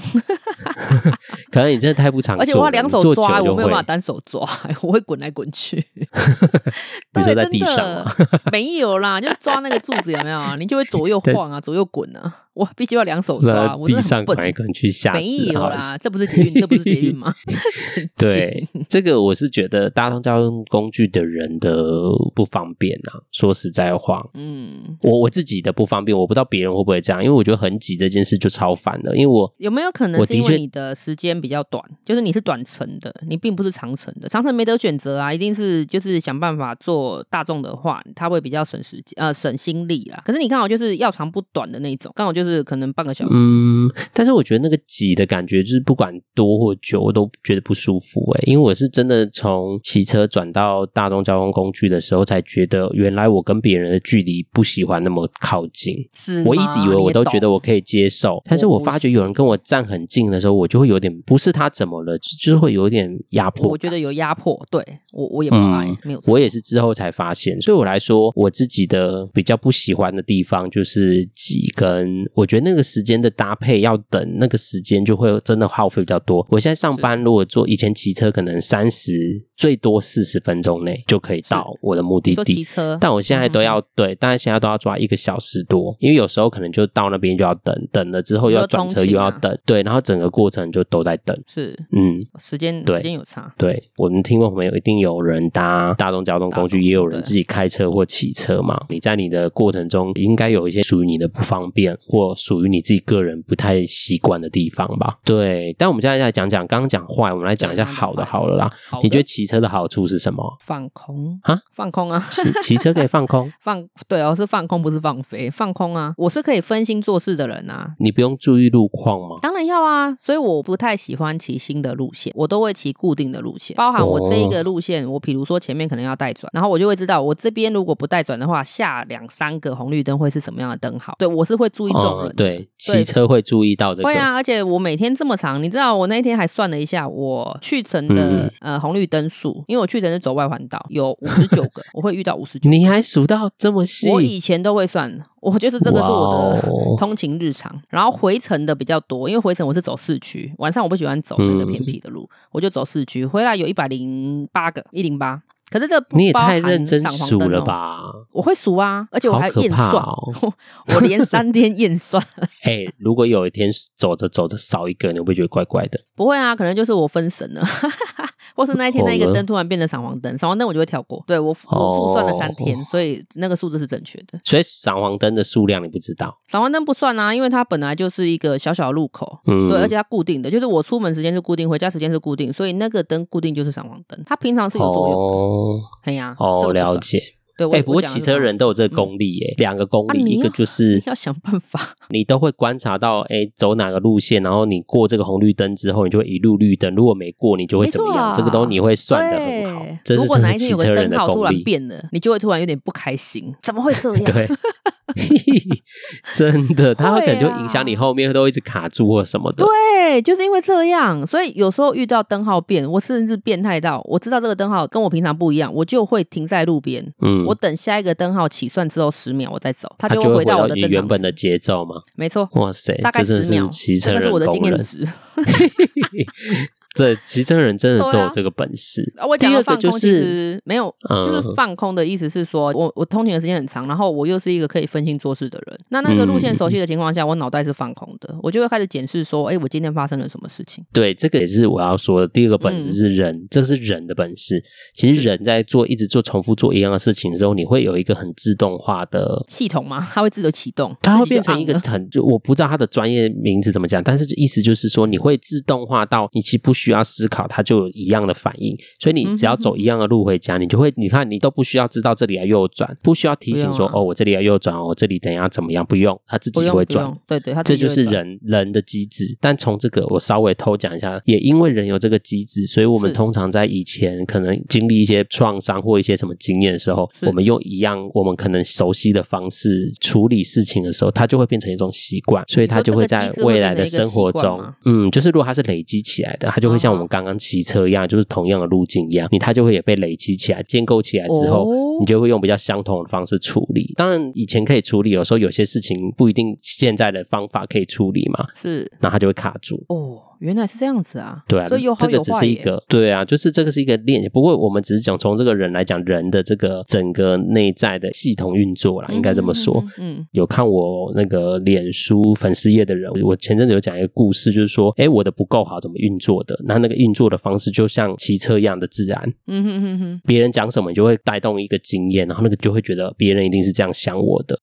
Speaker 1: 可能你真的太不常坐了，
Speaker 2: 而且我要两
Speaker 1: 你
Speaker 2: 手
Speaker 1: 坐久
Speaker 2: 抓，
Speaker 1: 就
Speaker 2: 我没有
Speaker 1: 会
Speaker 2: 办法单手抓， 我会滚来滚去。
Speaker 1: 你
Speaker 2: 对
Speaker 1: 说在
Speaker 2: 真
Speaker 1: 地上
Speaker 2: 的
Speaker 1: 吗？
Speaker 2: 没有啦，就抓那个柱子有没有啊？你就会 左右晃啊，左右滚啊。我必须要两手抓，我真
Speaker 1: 啊地
Speaker 2: 的
Speaker 1: 上
Speaker 2: 很
Speaker 1: 滚来
Speaker 2: 笨。欸
Speaker 1: 滚去，吓死
Speaker 2: 没有
Speaker 1: 好
Speaker 2: 啦，这不是捷运，这不是捷 运吗？
Speaker 1: 对，这个我是觉得搭乘交通工具的人的不方便啊。说实在话，
Speaker 2: 嗯，
Speaker 1: 我我自己的不方便，我不知道别人会不会这样，因为我觉得很挤这件事就超烦的。因为我
Speaker 2: 有没有可能
Speaker 1: 我
Speaker 2: 是因
Speaker 1: 的确
Speaker 2: 为你的时间比较短，就是你是短程的，你并不是长程的，长程没得选择啊，一定是就是想办法做大众的话，它会比较省时间，呃，省心力啦。可是你刚好就是要长不短的那一种，刚好就是可能半个小时。
Speaker 1: 嗯，但是我觉得那个挤的感觉，就是不管多或久，我都觉得不舒服诶、因为我是真的从骑车转到大众交通工具的时候，才觉得原来我跟别人的距离不喜欢那么靠近。
Speaker 2: 是
Speaker 1: 我一直以为
Speaker 2: 吗
Speaker 1: 我都
Speaker 2: 嗯啊你
Speaker 1: 觉
Speaker 2: 也
Speaker 1: 得
Speaker 2: 懂
Speaker 1: 我可以接受，但是我发觉有人跟我站很近的时候，我就会有点不是他怎么了，就就是会有点压迫。
Speaker 2: 我觉得有压迫，对我我也不爱，
Speaker 1: 嗯
Speaker 2: 没有错。
Speaker 1: 我也是之后才发现，所以我来说，我自己的比较不喜欢的地方就是挤跟，我觉得那个时间的搭配要等，那个时间就会真的耗费比较多。我现在上班如果坐以前骑车，可能三十最多四十分钟内就可以到我的目的
Speaker 2: 你说
Speaker 1: 地
Speaker 2: 骑。车，
Speaker 1: 但我现在都
Speaker 2: 嗯
Speaker 1: 要、对，但是现在都要抓一个小时多，因为有时候可能就到那边就要等，等了之后
Speaker 2: 你
Speaker 1: 又
Speaker 2: 说
Speaker 1: 要转车
Speaker 2: 通勤
Speaker 1: 又
Speaker 2: 啊
Speaker 1: 要等，对，然后整个过程就都在等。
Speaker 2: 是
Speaker 1: 嗯，
Speaker 2: 时间
Speaker 1: 对
Speaker 2: 时间有差，
Speaker 1: 对，我们听过朋友一定有人搭大众交通工
Speaker 2: 大
Speaker 1: 具，
Speaker 2: 众
Speaker 1: 也有人
Speaker 2: 对
Speaker 1: 自己开车或骑车嘛。你在你的过程中，应该有一些属于你的不方便，或属于你自己个人不太习惯的地方吧？对。但我们现在来讲讲，刚刚讲坏，我们来讲一下
Speaker 2: 对
Speaker 1: 好的
Speaker 2: 刚刚讲坏
Speaker 1: 好了啦。
Speaker 2: 好
Speaker 1: 你觉得
Speaker 2: 的
Speaker 1: 骑车的好处是什 么？
Speaker 2: 放空
Speaker 1: 啊？
Speaker 2: 放空啊！
Speaker 1: 骑骑车可以放空，
Speaker 2: 放对哦，是放空，不是放飞，放空啊！我是可以分心做事的人啊，
Speaker 1: 你不用注意路况吗？
Speaker 2: 当然要啊，所以我不太喜欢骑新的路线，我都会骑固定的路线，包含我这一
Speaker 1: 哦
Speaker 2: 个路线，我比如说前面可能要带转，然后我就会知道我这边如果不带转的话，下两三个红绿灯会是什么样的灯号。对我是会注意这种人
Speaker 1: 哦
Speaker 2: 的、，
Speaker 1: 对，骑
Speaker 2: 对
Speaker 1: 车会注意到这个。
Speaker 2: 会啊，而且我每天这么长，你知道我那一天还算了一下，我去程
Speaker 1: 嗯
Speaker 2: 的、呃红绿灯数，因为我去程是走外环岛，有五十九 个，我会遇到五十九。
Speaker 1: 你还数到这么细？
Speaker 2: 我以前都会算，我觉得这个是我
Speaker 1: 哇
Speaker 2: 的
Speaker 1: 哦
Speaker 2: 通勤日常。然后回程的比较多，因为回程我是走市区，
Speaker 1: 嗯
Speaker 2: 晚上我不喜欢走那个偏僻的路，我就走市区。回来有一百零八个，一零八。可是这不
Speaker 1: 你也
Speaker 2: 包
Speaker 1: 太
Speaker 2: 含
Speaker 1: 认真
Speaker 2: 闪黄
Speaker 1: 数
Speaker 2: 灯
Speaker 1: 了
Speaker 2: 哦？
Speaker 1: 吧？
Speaker 2: 我会数啊，而且我
Speaker 1: 好
Speaker 2: 还
Speaker 1: 可
Speaker 2: 验
Speaker 1: 怕
Speaker 2: 算，
Speaker 1: 哦
Speaker 2: 我连三天验算。
Speaker 1: 哎、如果有一天走着走着少一个，你会不会觉得怪怪的？
Speaker 2: 不会啊，可能就是我分神了， 或是那一天那一
Speaker 1: 哦
Speaker 2: 个灯突然变成闪黄灯，闪黄灯我就会跳过。对我复我复算了三天，
Speaker 1: 哦
Speaker 2: 所以那个数字是正确的。
Speaker 1: 所以闪黄灯的数量你不知道，
Speaker 2: 闪黄灯不算啊，因为它本来就是一个小小的路口。
Speaker 1: 嗯，
Speaker 2: 对，而且它固定的，就是我出门时间是固定，回家时间是固定，所以那个灯固定就是闪黄灯，它平常是有作用。
Speaker 1: 哦
Speaker 2: 哎呀，这
Speaker 1: 哦，
Speaker 2: 个不
Speaker 1: 了
Speaker 2: 算。
Speaker 1: 解。
Speaker 2: 对，我
Speaker 1: 哎、不过
Speaker 2: 我讲
Speaker 1: 骑
Speaker 2: 的是
Speaker 1: 车
Speaker 2: 这样
Speaker 1: 人
Speaker 2: 子
Speaker 1: 都有这个功力耶，两、个功
Speaker 2: 嗯啊
Speaker 1: 力，
Speaker 2: 你
Speaker 1: 一个
Speaker 2: 要
Speaker 1: 就是
Speaker 2: 要想办法。
Speaker 1: 你都会观察到，哎、走哪个路线，然后你过这个红绿灯之后，你就会一路绿灯，如果没过，你就会怎么
Speaker 2: 没错
Speaker 1: 样？
Speaker 2: 啊
Speaker 1: 这个都你会算的很好
Speaker 2: 对，
Speaker 1: 这
Speaker 2: 如
Speaker 1: 是
Speaker 2: 果
Speaker 1: 真
Speaker 2: 哪
Speaker 1: 的
Speaker 2: 一天
Speaker 1: 骑
Speaker 2: 有个
Speaker 1: 车人
Speaker 2: 灯
Speaker 1: 的
Speaker 2: 号突
Speaker 1: 功
Speaker 2: 然
Speaker 1: 力。
Speaker 2: 变了，你就会突然有点不开心，怎么会这 样？
Speaker 1: 对，真的，它会可能就
Speaker 2: 会啊
Speaker 1: 影响你后面都一直卡住或什么的。
Speaker 2: 对，就是因为这样，所以有时候遇到灯号变，我甚至变态到我知道这个灯号跟我平常不一样，我就会停在路边，
Speaker 1: 嗯，
Speaker 2: 我等下一个灯号起算之后十秒我再走，它
Speaker 1: 它
Speaker 2: 就
Speaker 1: 会
Speaker 2: 回到我的
Speaker 1: 你
Speaker 2: 正
Speaker 1: 原
Speaker 2: 常
Speaker 1: 本的
Speaker 2: 值。
Speaker 1: 节奏嘛。
Speaker 2: 没错，
Speaker 1: 哇塞，
Speaker 2: 大概
Speaker 1: 这真
Speaker 2: 十
Speaker 1: 的
Speaker 2: 秒
Speaker 1: 是骑，车
Speaker 2: 这个是
Speaker 1: 人
Speaker 2: 我的经
Speaker 1: 工
Speaker 2: 验
Speaker 1: 人。
Speaker 2: 值。
Speaker 1: 这骑车人真的都
Speaker 2: 对
Speaker 1: 有
Speaker 2: 啊
Speaker 1: 这个本事。
Speaker 2: 啊我
Speaker 1: 第
Speaker 2: 讲
Speaker 1: 二
Speaker 2: 的
Speaker 1: 个
Speaker 2: 放
Speaker 1: 就
Speaker 2: 空其
Speaker 1: 是，
Speaker 2: 实没有，就
Speaker 1: 嗯
Speaker 2: 是放空的意思是说，我我通勤的时间很长，然后我又是一个可以分心做事的人。那那
Speaker 1: 嗯
Speaker 2: 个路线熟悉的情况下，我脑袋是放空的，我就会开始检视说，哎，我今天发生了什么事情？
Speaker 1: 对，这个也是我要说的。第二个本事
Speaker 2: 嗯
Speaker 1: 是人，这是人的本事。其实人在做一直做重复做一样的事情的时候，你会有一个很自动化的。
Speaker 2: 系统吗？它会自动启动，
Speaker 1: 它会
Speaker 2: 自己就
Speaker 1: 变成一个
Speaker 2: on 了
Speaker 1: 很，就我不知道它的专业名字怎么讲，但是意思就是说，你会自动化到你其实不需要思考，它就有一样的反应。所以
Speaker 2: 嗯
Speaker 1: 你只要走一样的路回家，你就会，你看你都不需要知道这里要右转，不需要提醒说、
Speaker 2: 不用啊
Speaker 1: 哦，我这里要右转，我这里等一下怎么样，不用，它自己
Speaker 2: 不
Speaker 1: 就
Speaker 2: 用
Speaker 1: 会
Speaker 2: 不
Speaker 1: 转。
Speaker 2: 用，对对，它自
Speaker 1: 这
Speaker 2: 己
Speaker 1: 就
Speaker 2: 会
Speaker 1: 是
Speaker 2: 转。
Speaker 1: 人人的机制。但从这个我稍微偷讲一下，也因为人有这个机制，所以我们
Speaker 2: 是
Speaker 1: 通常在以前可能经历一些创伤或一些什么经验的时候，
Speaker 2: 是
Speaker 1: 我们用一样我们可能熟悉的方式处理事情的时候，它就会变成一种习惯，所以它就在未来的生活
Speaker 2: 你说这个机制会变成一个习惯
Speaker 1: 中
Speaker 2: 吗，嗯
Speaker 1: 嗯，就是如果它是累积起来的，它就会像我们刚刚骑车一样，就是同样的路径一样，你它就会也被累积起来、建构起来之后，
Speaker 2: 哦
Speaker 1: 你就会用比较相同的方式处理。当然，以前可以处理，有时候有些事情不一定现在的方法可以处理嘛，
Speaker 2: 是
Speaker 1: 那它就会卡住。
Speaker 2: 哦，原来是这样子啊，
Speaker 1: 对啊，
Speaker 2: 所以有好
Speaker 1: 这个
Speaker 2: 有
Speaker 1: 只
Speaker 2: 坏
Speaker 1: 是一
Speaker 2: 耶。
Speaker 1: 个对啊，就是这个是一个练习。不过我们只是讲从这个人来讲，人的这个整个内在的系统运作啦，应该这么说。
Speaker 2: 嗯，嗯，嗯嗯
Speaker 1: 有看我那个脸书粉丝页的人，我前阵子有讲一个故事，就是说，哎，我的不够好怎么运作的？那那个运作的方式就像骑车一样的自然，
Speaker 2: 嗯哼哼哼，
Speaker 1: 别人讲什么，你就会带动一个经验，然后那个就会觉得别人一定是这样想我的，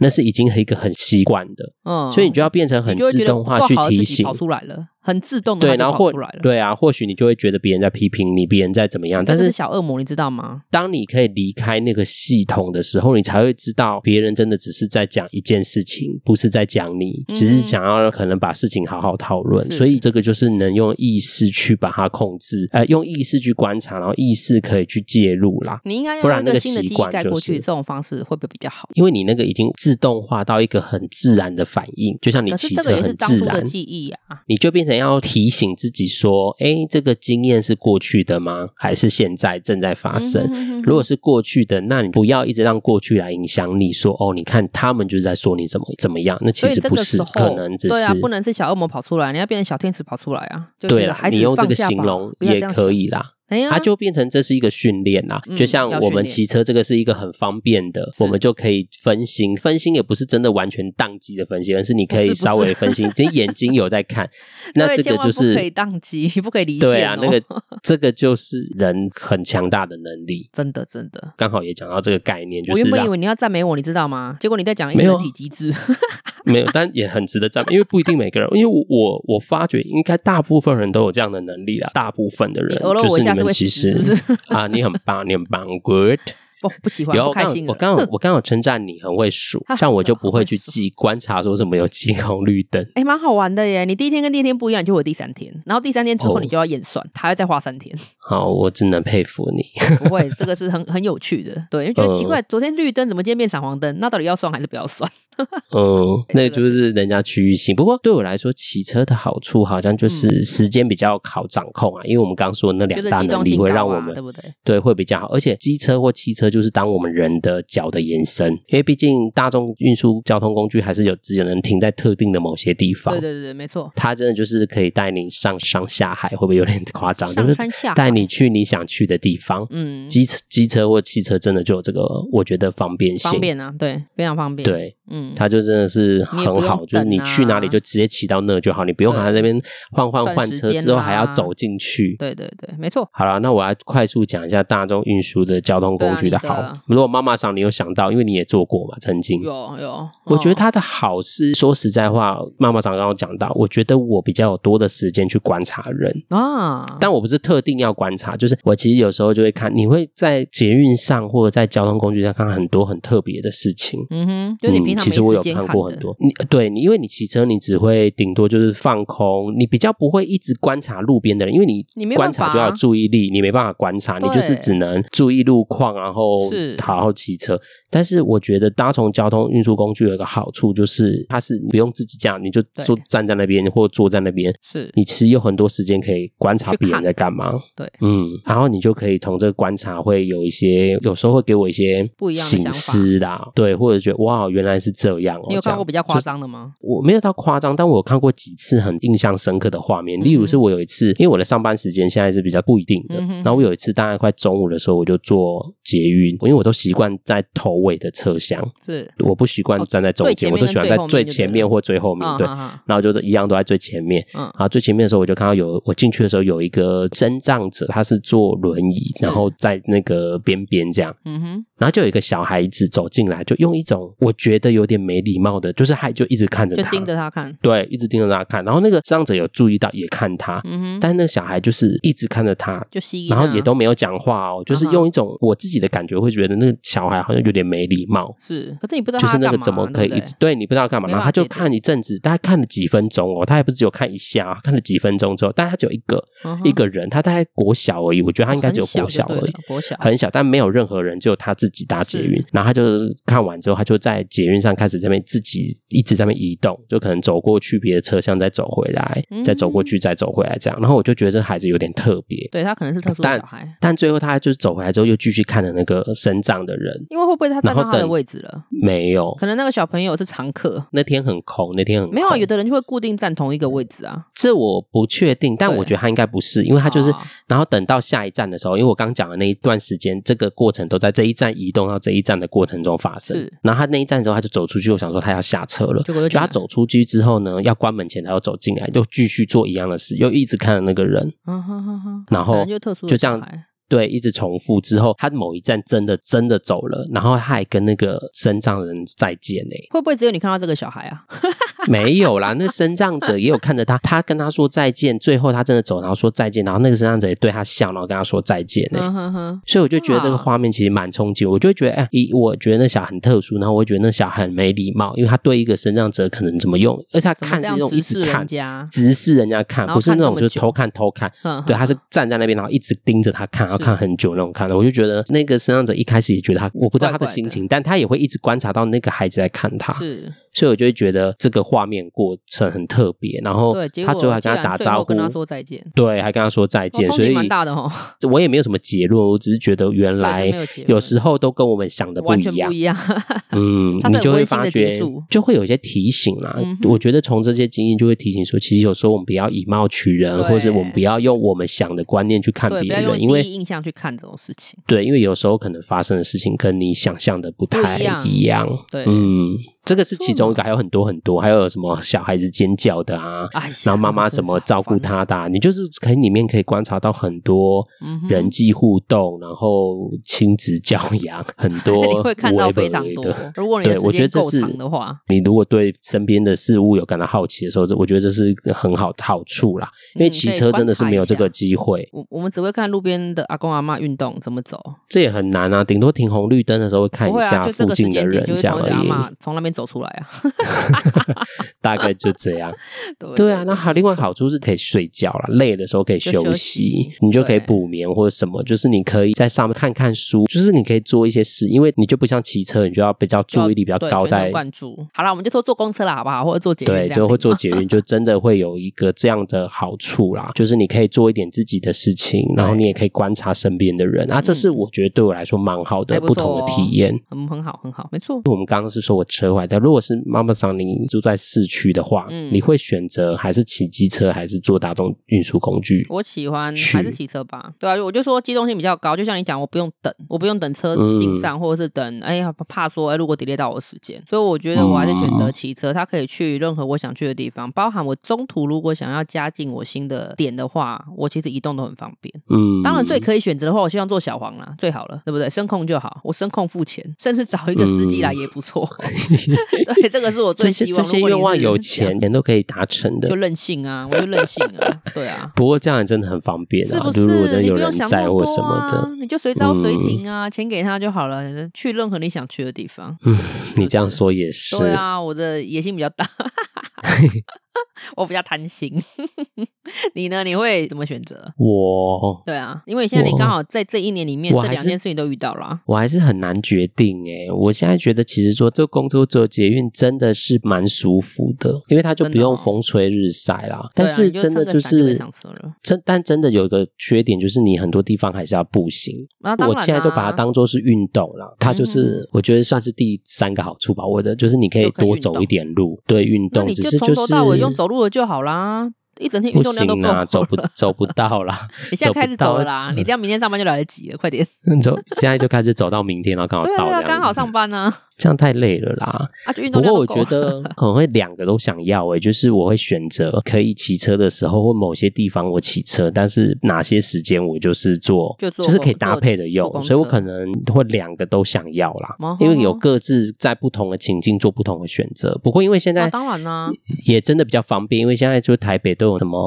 Speaker 1: 那是已经很一个很习惯的，
Speaker 2: 嗯，
Speaker 1: 所以你就要变成很
Speaker 2: 你就会
Speaker 1: 自
Speaker 2: 觉得
Speaker 1: 动
Speaker 2: 不
Speaker 1: 化
Speaker 2: 够
Speaker 1: 去
Speaker 2: 好
Speaker 1: 提
Speaker 2: 自己
Speaker 1: 醒
Speaker 2: 跑。出来了，很自动的
Speaker 1: 对，然后或
Speaker 2: 出来了。
Speaker 1: 对啊，或许你就会觉得别人在批评你，别人在怎么样。
Speaker 2: 这
Speaker 1: 但
Speaker 2: 就是
Speaker 1: 是
Speaker 2: 小恶魔，你知道吗？
Speaker 1: 当你可以离开那个系统的时候，你才会知道别人真的只是在讲一件事情，不是在讲你，
Speaker 2: 嗯
Speaker 1: 只是想要可能把事情好好讨论。
Speaker 2: 是
Speaker 1: 所以这个就是能用意识去把它控制，呃，用意识去观察，然后意识可以去介入啦。
Speaker 2: 你应该
Speaker 1: 不
Speaker 2: 用
Speaker 1: 然
Speaker 2: 一
Speaker 1: 那个
Speaker 2: 新的
Speaker 1: 习
Speaker 2: 记忆
Speaker 1: 惯
Speaker 2: 盖
Speaker 1: 就
Speaker 2: 过
Speaker 1: 是
Speaker 2: 去，这种方式会不会比较好？
Speaker 1: 因为你那个已经自动化到一个很自然的反应，就像你
Speaker 2: 可是
Speaker 1: 骑
Speaker 2: 这个
Speaker 1: 车
Speaker 2: 也是
Speaker 1: 很
Speaker 2: 当
Speaker 1: 自
Speaker 2: 初
Speaker 1: 然
Speaker 2: 的，记忆啊，
Speaker 1: 你就变成要提醒自己说：哎，这个经验是过去的吗？还是现在正在发
Speaker 2: 嗯
Speaker 1: 生？如果是过去的，那你不要一直让过去来影响你说：哦，你看他们就是在说你怎么怎么样。那其
Speaker 2: 所以
Speaker 1: 实
Speaker 2: 这
Speaker 1: 不
Speaker 2: 个时
Speaker 1: 是，
Speaker 2: 候
Speaker 1: 可能只是
Speaker 2: 对啊，不能是小恶魔跑出来，你要变成小天使跑出来啊！就觉
Speaker 1: 对
Speaker 2: 得
Speaker 1: 啦
Speaker 2: 孩子
Speaker 1: 你用这
Speaker 2: 放
Speaker 1: 个
Speaker 2: 下吧
Speaker 1: 形容
Speaker 2: 不要
Speaker 1: 也
Speaker 2: 这样
Speaker 1: 可
Speaker 2: 想。
Speaker 1: 以啦。
Speaker 2: 哎呀，
Speaker 1: 它就变成这是一个训练啦，
Speaker 2: 嗯
Speaker 1: 就像我们骑车这个是一个很方便的，
Speaker 2: 是
Speaker 1: 我们就可以分心，分心也不是真的完全宕机的分心，而是你可
Speaker 2: 不是
Speaker 1: 以
Speaker 2: 不是
Speaker 1: 稍微分心， 你眼睛有在 看，那
Speaker 2: 对
Speaker 1: 这个
Speaker 2: 千万
Speaker 1: 就
Speaker 2: 不可以
Speaker 1: 是
Speaker 2: 宕机， 不可以离线哦。
Speaker 1: 对啊，那个这个就是人很强大的能力。
Speaker 2: 真的真的，
Speaker 1: 刚好也讲到这个概念，就
Speaker 2: 我
Speaker 1: 是
Speaker 2: 原本以
Speaker 1: 让
Speaker 2: 为你要赞美我，你知道吗？结果你在讲一
Speaker 1: 没
Speaker 2: 个
Speaker 1: 有
Speaker 2: 人
Speaker 1: 啊
Speaker 2: 体机制，
Speaker 1: 没有，但也很值得赞美，因为不一定每个人，因为我我我发觉应该大部分人都有这样的能力啦，大部分的人
Speaker 2: 你讹了
Speaker 1: 就
Speaker 2: 我一
Speaker 1: 你
Speaker 2: 下是
Speaker 1: 们
Speaker 2: 会
Speaker 1: 其
Speaker 2: 死
Speaker 1: 实
Speaker 2: 是不是
Speaker 1: 啊，你很棒，你很棒，good。
Speaker 2: 不不喜欢，
Speaker 1: 有
Speaker 2: 不
Speaker 1: 我
Speaker 2: 开
Speaker 1: 刚
Speaker 2: 心了。
Speaker 1: 我刚有我刚有称赞你很会数
Speaker 2: 啊，
Speaker 1: 像我就不会去
Speaker 2: 很会数
Speaker 1: 记观察说什么有青红绿 灯。
Speaker 2: 哎，蛮好玩的耶！你第一天跟第二天不一样，你就有第三天，然后第三天之后
Speaker 1: 哦
Speaker 2: 你就要验算，还要再花三天。
Speaker 1: 好，我只能佩服 你。
Speaker 2: 不会，这个是很很有趣的，对，就觉得
Speaker 1: 嗯
Speaker 2: 奇怪，昨天绿灯怎么今天变闪黄灯？那到底要算还是不要算？
Speaker 1: 嗯，那就是人家区域性。不过对我来说，骑车的好处好像就是时间比较好掌控啊，因为我们刚说的 那两
Speaker 2: 嗯就是
Speaker 1: 大
Speaker 2: 集
Speaker 1: 能
Speaker 2: 中
Speaker 1: 力
Speaker 2: 性
Speaker 1: 会
Speaker 2: 高
Speaker 1: 让我
Speaker 2: 啊
Speaker 1: 们
Speaker 2: 对不对？
Speaker 1: 对，会比较好。而且机车或汽车就是当我们人的脚的延伸，因为毕竟大众运输交通工具还是有只能停在特定的某些地方。
Speaker 2: 对对对对，没错。
Speaker 1: 它真的就是可以带你上上下海，会不会有点夸张？就
Speaker 2: 上
Speaker 1: 是
Speaker 2: 山下海
Speaker 1: 带你去你想去的地方。
Speaker 2: 嗯，
Speaker 1: 机车、机车或汽车真的就有这个，我觉得方便性。
Speaker 2: 方便啊，对，非常方便。，
Speaker 1: 对，
Speaker 2: 嗯，
Speaker 1: 它就真的是
Speaker 2: 你也不
Speaker 1: 很
Speaker 2: 用
Speaker 1: 好，就是你
Speaker 2: 等啊
Speaker 1: 去哪里就直接骑到那就好，你不用还在那边换换
Speaker 2: 算
Speaker 1: 换
Speaker 2: 时
Speaker 1: 车
Speaker 2: 间
Speaker 1: 之后还要
Speaker 2: 啦
Speaker 1: 走进去。
Speaker 2: 对对对，没错。
Speaker 1: 好了，那我来快速讲一下大众运输的交通工具
Speaker 2: 对啊
Speaker 1: 好。
Speaker 2: 你的
Speaker 1: 如果妈妈桑你有想到，因为你也做过嘛，曾经。
Speaker 2: 有有，
Speaker 1: 嗯我觉得
Speaker 2: 嗯
Speaker 1: 它的好是说实在话，妈妈桑刚刚讲到，我觉得我比较有多的时间去观察人，
Speaker 2: 啊，
Speaker 1: 但我不是特定要观察，就是我其实有时候就会看，你会在捷运上或者在交通工具上看很多很特别的事情。
Speaker 2: 嗯哼，就你平常
Speaker 1: 其
Speaker 2: 没
Speaker 1: 实我
Speaker 2: 时
Speaker 1: 有
Speaker 2: 间
Speaker 1: 看
Speaker 2: 看
Speaker 1: 过很
Speaker 2: 的，
Speaker 1: 多，你对你，因为你骑车，你只会顶多就是放空，你比较不会一直观察路边的人，因为你
Speaker 2: 你没
Speaker 1: 观
Speaker 2: 办
Speaker 1: 察
Speaker 2: 法啊
Speaker 1: 就要有注意力，你没办法观察，你
Speaker 2: 对
Speaker 1: 就是只能注意路况，然后
Speaker 2: 是
Speaker 1: 好好骑车。但是我觉得搭乘交通运输工具有一个好处，就是它是你不用自己驾，你就
Speaker 2: 对
Speaker 1: 坐站在那边或坐在那边，
Speaker 2: 是
Speaker 1: 你其实有很多时间可以观察
Speaker 2: 去
Speaker 1: 别人
Speaker 2: 看
Speaker 1: 在干嘛。
Speaker 2: 对，
Speaker 1: 嗯，然后你就可以从这个观察会有一些，有时候会给我一些
Speaker 2: 不一样的
Speaker 1: 醒
Speaker 2: 想法
Speaker 1: 思啦，对，或者觉得哇，原来是这样哦。
Speaker 2: 你有
Speaker 1: 这
Speaker 2: 看
Speaker 1: 样
Speaker 2: 过比较夸张的吗？
Speaker 1: 我没有到夸张，但我有看过几次很印象深刻的画面。例如是我有一次，因为我的上班时间现在是比较不一定的，
Speaker 2: 嗯嗯哼
Speaker 1: 然后我有一次大概快中午的时候，我就坐捷运，因为我都习惯在头尾的车厢，
Speaker 2: 是
Speaker 1: 我不习惯站在中
Speaker 2: 哦最
Speaker 1: 间，
Speaker 2: 前
Speaker 1: 我
Speaker 2: 面
Speaker 1: 都喜欢在
Speaker 2: 跟最后面
Speaker 1: 最
Speaker 2: 就
Speaker 1: 前
Speaker 2: 对
Speaker 1: 面
Speaker 2: 了
Speaker 1: 或最后面，
Speaker 2: 啊
Speaker 1: 对。
Speaker 2: 哈哈
Speaker 1: 然后就是一样都在最前面，
Speaker 2: 嗯
Speaker 1: 啊，最前面的时候我就看到有我进去的时候有一个身障者，他是坐轮椅，然后在那个边边这样，
Speaker 2: 嗯哼，
Speaker 1: 然后就有一个小孩子走进来，就用一种我觉得有点没礼貌的，就是还就一直看着
Speaker 2: 就
Speaker 1: 他，
Speaker 2: 盯着他看，
Speaker 1: 对，一直盯着他看。然后那个身障者有注意到，也看他，
Speaker 2: 嗯哼，
Speaker 1: 但那个小孩就是一直看着他。
Speaker 2: 就吸引啊，
Speaker 1: 然后也都没有讲话哦，就是
Speaker 2: 啊哈
Speaker 1: 用一种我自己的感觉，会觉得那个小孩好像有点没礼貌，
Speaker 2: 是，可是你不知道
Speaker 1: 就是
Speaker 2: 他
Speaker 1: 那
Speaker 2: 干
Speaker 1: 个
Speaker 2: 嘛，
Speaker 1: 怎么可以
Speaker 2: 对
Speaker 1: 一
Speaker 2: 不
Speaker 1: 直
Speaker 2: 对
Speaker 1: 对你不知道干嘛，
Speaker 2: 没
Speaker 1: 然
Speaker 2: 办
Speaker 1: 后
Speaker 2: 法
Speaker 1: 他就
Speaker 2: 解决
Speaker 1: 看一阵子，大概看了几分钟哦，他也不是只有看一下，看了几分钟之后，但他只有一个、
Speaker 2: 嗯哼
Speaker 1: 一个人，他大概国小而已，我觉得他应该
Speaker 2: 很
Speaker 1: 只有
Speaker 2: 小
Speaker 1: 国
Speaker 2: 就
Speaker 1: 小
Speaker 2: 对
Speaker 1: 而已
Speaker 2: 了，国小
Speaker 1: 很小，但没有任何人，只有他自己搭捷运
Speaker 2: 是。
Speaker 1: 然后他就是看完之后，他就在捷运上开始这边自己一直在那边移动，就可能走过去别的车厢，再走回来，
Speaker 2: 嗯
Speaker 1: 再走过去，再走回来这样。然后我就觉得这孩子有点特别，
Speaker 2: 对他可能 是特殊
Speaker 1: 但
Speaker 2: 的小孩，
Speaker 1: 但最后他就是走回来之后，又继续看着那个身障的人，
Speaker 2: 因为会不会他
Speaker 1: 然
Speaker 2: 站
Speaker 1: 后
Speaker 2: 到他的
Speaker 1: 等
Speaker 2: 位置了？
Speaker 1: 没有。
Speaker 2: 可能那个小朋友是常客，
Speaker 1: 那天很空，那天很空
Speaker 2: 没有啊，有的人就会固定站同一个位置啊，
Speaker 1: 这我不确定，但
Speaker 2: 对
Speaker 1: 我觉得他应该不是，因为他就是
Speaker 2: 哦，
Speaker 1: 然后等到下一站的时候，因为我刚讲的那一段时间，这个过程都在这一站移动到这一站的过程中发生
Speaker 2: 是。
Speaker 1: 然后他那一站之后，他就走出去，我想说他要下车了。
Speaker 2: 结果又
Speaker 1: 就
Speaker 2: 进
Speaker 1: 他
Speaker 2: 来
Speaker 1: 走出去之后呢，要关门前他又走进来，又继续做一样的事，又一直看着那个人，
Speaker 2: 嗯哼哼哼，
Speaker 1: 然
Speaker 2: 可
Speaker 1: 后
Speaker 2: 能就特殊的
Speaker 1: 就这样
Speaker 2: 小孩
Speaker 1: 对，一直重复。之后他某一站真的真的走了，然后他还跟那个身障人再见呢、
Speaker 2: 会不会只有你看到这个小孩啊？
Speaker 1: 没有啦，那身障者也有看着他，他跟他说再见，最后他真的走，然后说再见，然后那个身障者也对他笑，然后跟他说再见呢、
Speaker 2: 嗯哼哼，
Speaker 1: 所以我就觉得这个
Speaker 2: 哇
Speaker 1: 画面其实蛮冲击，我就会觉得，哎，一我觉得那小孩很特殊，然后我会觉得那小孩很没礼貌，因为他对一个身障者可能怎么用，而且他
Speaker 2: 怎么
Speaker 1: 看是
Speaker 2: 这样啊
Speaker 1: 那种一
Speaker 2: 直
Speaker 1: 直
Speaker 2: 视
Speaker 1: 看
Speaker 2: 人，家？
Speaker 1: 直视人家看，
Speaker 2: 然后
Speaker 1: 不是那
Speaker 2: 看这
Speaker 1: 种
Speaker 2: 么
Speaker 1: 就是
Speaker 2: 久
Speaker 1: 偷看偷看，
Speaker 2: 嗯哼
Speaker 1: 对，他是站在那边，然后一直盯着他看，然后看很久那种看的。我就觉得那个身障者一开始也觉得他，我不知道他的
Speaker 2: 怪怪的
Speaker 1: 心情，但他也会一直观察到那个孩子在看他，
Speaker 2: 是，
Speaker 1: 所以我就会觉得这个画面过程很特别。然后
Speaker 2: 对，结
Speaker 1: 哦他
Speaker 2: 果
Speaker 1: 最后还跟
Speaker 2: 居
Speaker 1: 他
Speaker 2: 然
Speaker 1: 打
Speaker 2: 最后
Speaker 1: 招呼
Speaker 2: 跟，他说再见。
Speaker 1: 对，还跟他说再见，
Speaker 2: 哦冲
Speaker 1: 所
Speaker 2: 击
Speaker 1: 以
Speaker 2: 蛮大的哦，
Speaker 1: 我也没有什么结论，我只是觉得原来
Speaker 2: 对就没有结论
Speaker 1: 有时候都跟我们想的不
Speaker 2: 完
Speaker 1: 一
Speaker 2: 全
Speaker 1: 样
Speaker 2: 不。一样。
Speaker 1: 嗯，
Speaker 2: 它是
Speaker 1: 你
Speaker 2: 很
Speaker 1: 就会
Speaker 2: 温馨
Speaker 1: 发
Speaker 2: 的
Speaker 1: 觉
Speaker 2: 结束，
Speaker 1: 就会有一些提醒啦。
Speaker 2: 嗯哼
Speaker 1: 我觉得从这些经验就会提醒说，其实有时候我们不要以貌取人，
Speaker 2: 对
Speaker 1: 或者我们不要用我们想的观念去看
Speaker 2: 对，
Speaker 1: 别
Speaker 2: 不要
Speaker 1: 人，
Speaker 2: 用
Speaker 1: 因
Speaker 2: 第
Speaker 1: 为
Speaker 2: 一印象去看这种事情。
Speaker 1: 对，因为有时候可能发生的事情跟你想象的不太
Speaker 2: 不一样
Speaker 1: 一样。
Speaker 2: 对
Speaker 1: 嗯，这个是其
Speaker 2: 没错
Speaker 1: 中一个，还有很多很多，还有什么小孩子尖叫的啊。
Speaker 2: 哎呀，
Speaker 1: 然后妈妈怎么照顾他的啊、你就是可以里面可以观察到很多
Speaker 2: 嗯哼
Speaker 1: 人际互动，然后亲子教养， 很
Speaker 2: 真
Speaker 1: 多
Speaker 2: 的是很烦？你会看到非常
Speaker 1: 微
Speaker 2: 多
Speaker 1: 博的。
Speaker 2: 如果你的
Speaker 1: 对我
Speaker 2: 时
Speaker 1: 觉得这
Speaker 2: 间够
Speaker 1: 是
Speaker 2: 长的话，
Speaker 1: 你如果对身边的事物有感到好奇的时候，这我觉得这是一个很好的好处啦。因为
Speaker 2: 嗯
Speaker 1: 骑
Speaker 2: 可以
Speaker 1: 车
Speaker 2: 观
Speaker 1: 真的是
Speaker 2: 察
Speaker 1: 没
Speaker 2: 一
Speaker 1: 有这
Speaker 2: 下
Speaker 1: 个机会，
Speaker 2: 我我们只会看路边的阿公阿妈运动怎么走，
Speaker 1: 这也很难啊。顶多停红绿灯的时候会看
Speaker 2: 不
Speaker 1: 一
Speaker 2: 会啊，
Speaker 1: 下
Speaker 2: 就这
Speaker 1: 附
Speaker 2: 个时
Speaker 1: 间的
Speaker 2: 间
Speaker 1: 人
Speaker 2: 点就
Speaker 1: 这
Speaker 2: 是从
Speaker 1: 样
Speaker 2: 一
Speaker 1: 而
Speaker 2: 个阿
Speaker 1: 已。
Speaker 2: 嬷从那边走出来啊。
Speaker 1: 大概就这样。
Speaker 2: 对
Speaker 1: 对啊，那还有另外好处是可以睡觉啦，累的时候可以
Speaker 2: 就
Speaker 1: 休息，
Speaker 2: 休息
Speaker 1: 你就可以
Speaker 2: 对
Speaker 1: 补眠或者什么，就是你可以在上面看看书，就是你可以做一些事，因为你就不像骑车，你就要比较注意力比较
Speaker 2: 对
Speaker 1: 高
Speaker 2: 全神
Speaker 1: 在。
Speaker 2: 贯注。好啦，我们就说坐公车啦，好不好？或者坐捷运这
Speaker 1: 对，
Speaker 2: 样
Speaker 1: 就会
Speaker 2: 子
Speaker 1: 做捷运，就真的会有一个这样的好处啦，就是你可以做一点自己的事情，然后你也可以观察身边的人啊，这是我觉得对我来说蛮好的
Speaker 2: 嗯还不错
Speaker 1: 同的
Speaker 2: 哦
Speaker 1: 体验。
Speaker 2: 很很好，很好，没错。
Speaker 1: 我们刚刚是说我车坏掉，如果是妈妈桑你住在市区的话，
Speaker 2: 嗯
Speaker 1: 你会选择还是骑机车，还是坐大众运输工具？
Speaker 2: 我喜欢
Speaker 1: 去
Speaker 2: 还是骑车吧，对啊，我就说机动性比较高，就像你讲，我不用等，我不用等车
Speaker 1: 嗯
Speaker 2: 进站，或者是等，哎呀，怕说哎，如果 delay 到我的时间，所以我
Speaker 1: 嗯
Speaker 2: 觉得我还是选择骑车，它可以去任何我想去的地方，包含我中途如果想要加进我新的点的话，我其实移动都很方便。
Speaker 1: 嗯，
Speaker 2: 当然，最可以选择的话，我希望做小黄啦，最好了，对不对？声控就好，我声控付钱，甚至找一个司机来也不 错。对，这个是我
Speaker 1: 这
Speaker 2: 最
Speaker 1: 些
Speaker 2: 希
Speaker 1: 嗯这
Speaker 2: 望。
Speaker 1: 些
Speaker 2: 如果你
Speaker 1: 愿望
Speaker 2: 是
Speaker 1: 有
Speaker 2: 这样
Speaker 1: 钱，钱都可以达成
Speaker 2: 就
Speaker 1: 的。
Speaker 2: 任性啊，我就任性啊，对啊。
Speaker 1: 不过这样也真的很方便
Speaker 2: 是
Speaker 1: 啊，
Speaker 2: 不？
Speaker 1: 就是如果真的
Speaker 2: 你
Speaker 1: 有
Speaker 2: 不
Speaker 1: 人
Speaker 2: 用想那
Speaker 1: 在
Speaker 2: 么
Speaker 1: 或
Speaker 2: 多
Speaker 1: 什么
Speaker 2: 啊
Speaker 1: 的，，
Speaker 2: 你就随招随停
Speaker 1: 嗯
Speaker 2: 啊，钱给他就好了，去任何你想去的地方。
Speaker 1: 你这样说也是。
Speaker 2: 对啊，我的野心比较大， 我比较贪心。 你呢？你会怎么选择？
Speaker 1: 我
Speaker 2: 对啊，因为现在你
Speaker 1: 我
Speaker 2: 刚好在这一年里面，
Speaker 1: 我
Speaker 2: 这
Speaker 1: 还
Speaker 2: 两
Speaker 1: 是
Speaker 2: 件事情都遇到了。啊
Speaker 1: 我还是很难决定诶、我现在觉得其实说坐公车、坐捷运真的是蛮舒服的，因为它就
Speaker 2: 真
Speaker 1: 不
Speaker 2: 的
Speaker 1: 用
Speaker 2: 哦
Speaker 1: 风吹日晒啦。
Speaker 2: 对
Speaker 1: 但
Speaker 2: 啊
Speaker 1: 是
Speaker 2: 你就
Speaker 1: 真的
Speaker 2: 撑着伞就可以
Speaker 1: 是
Speaker 2: 上车了
Speaker 1: 真，但真的有一个缺点就是你很多地方还是要步行。
Speaker 2: 那当然、
Speaker 1: 我
Speaker 2: 啊，嗯
Speaker 1: 现在就把它当做是运动了，它就是、我觉得算是第三个好处吧。我的就是你可以
Speaker 2: 就可以
Speaker 1: 多
Speaker 2: 运
Speaker 1: 走
Speaker 2: 动
Speaker 1: 一点路，对运
Speaker 2: 那
Speaker 1: 动，
Speaker 2: 你
Speaker 1: 只
Speaker 2: 就是从
Speaker 1: 就
Speaker 2: 头
Speaker 1: 是
Speaker 2: 到尾用走路的就好啦，一整天运
Speaker 1: 不
Speaker 2: 动量都
Speaker 1: 行
Speaker 2: 够
Speaker 1: 啊，
Speaker 2: 了。
Speaker 1: 走不走不到啦，
Speaker 2: 你现在开始走了啦
Speaker 1: 走不，到
Speaker 2: 你这样明天上班就来得及了，快点。
Speaker 1: 走现在就开始走到明天，然后刚好
Speaker 2: 对 啊，
Speaker 1: 到
Speaker 2: 对
Speaker 1: 这
Speaker 2: 啊，
Speaker 1: 样，
Speaker 2: 刚好上班呢、啊，
Speaker 1: 这样太累了啦。
Speaker 2: 啊，就运
Speaker 1: 不
Speaker 2: 动量
Speaker 1: 过
Speaker 2: 都
Speaker 1: 我
Speaker 2: 够
Speaker 1: 觉
Speaker 2: 了
Speaker 1: 得可能会两个都想要诶、就是我会选择可以骑车的时候，或某些地方我骑车，但是哪些时间我就是坐，
Speaker 2: 就坐
Speaker 1: 是可以
Speaker 2: 公
Speaker 1: 搭
Speaker 2: 坐
Speaker 1: 配着用
Speaker 2: 坐，公
Speaker 1: 所以我
Speaker 2: 车
Speaker 1: 可能会两个都想要啦
Speaker 2: 哦，吼
Speaker 1: 因为有各自在不同的情境做不同的选择。不过因为现
Speaker 2: 那
Speaker 1: 在
Speaker 2: 当然啦、
Speaker 1: 也真的比较方便，因为现在就台北都有什么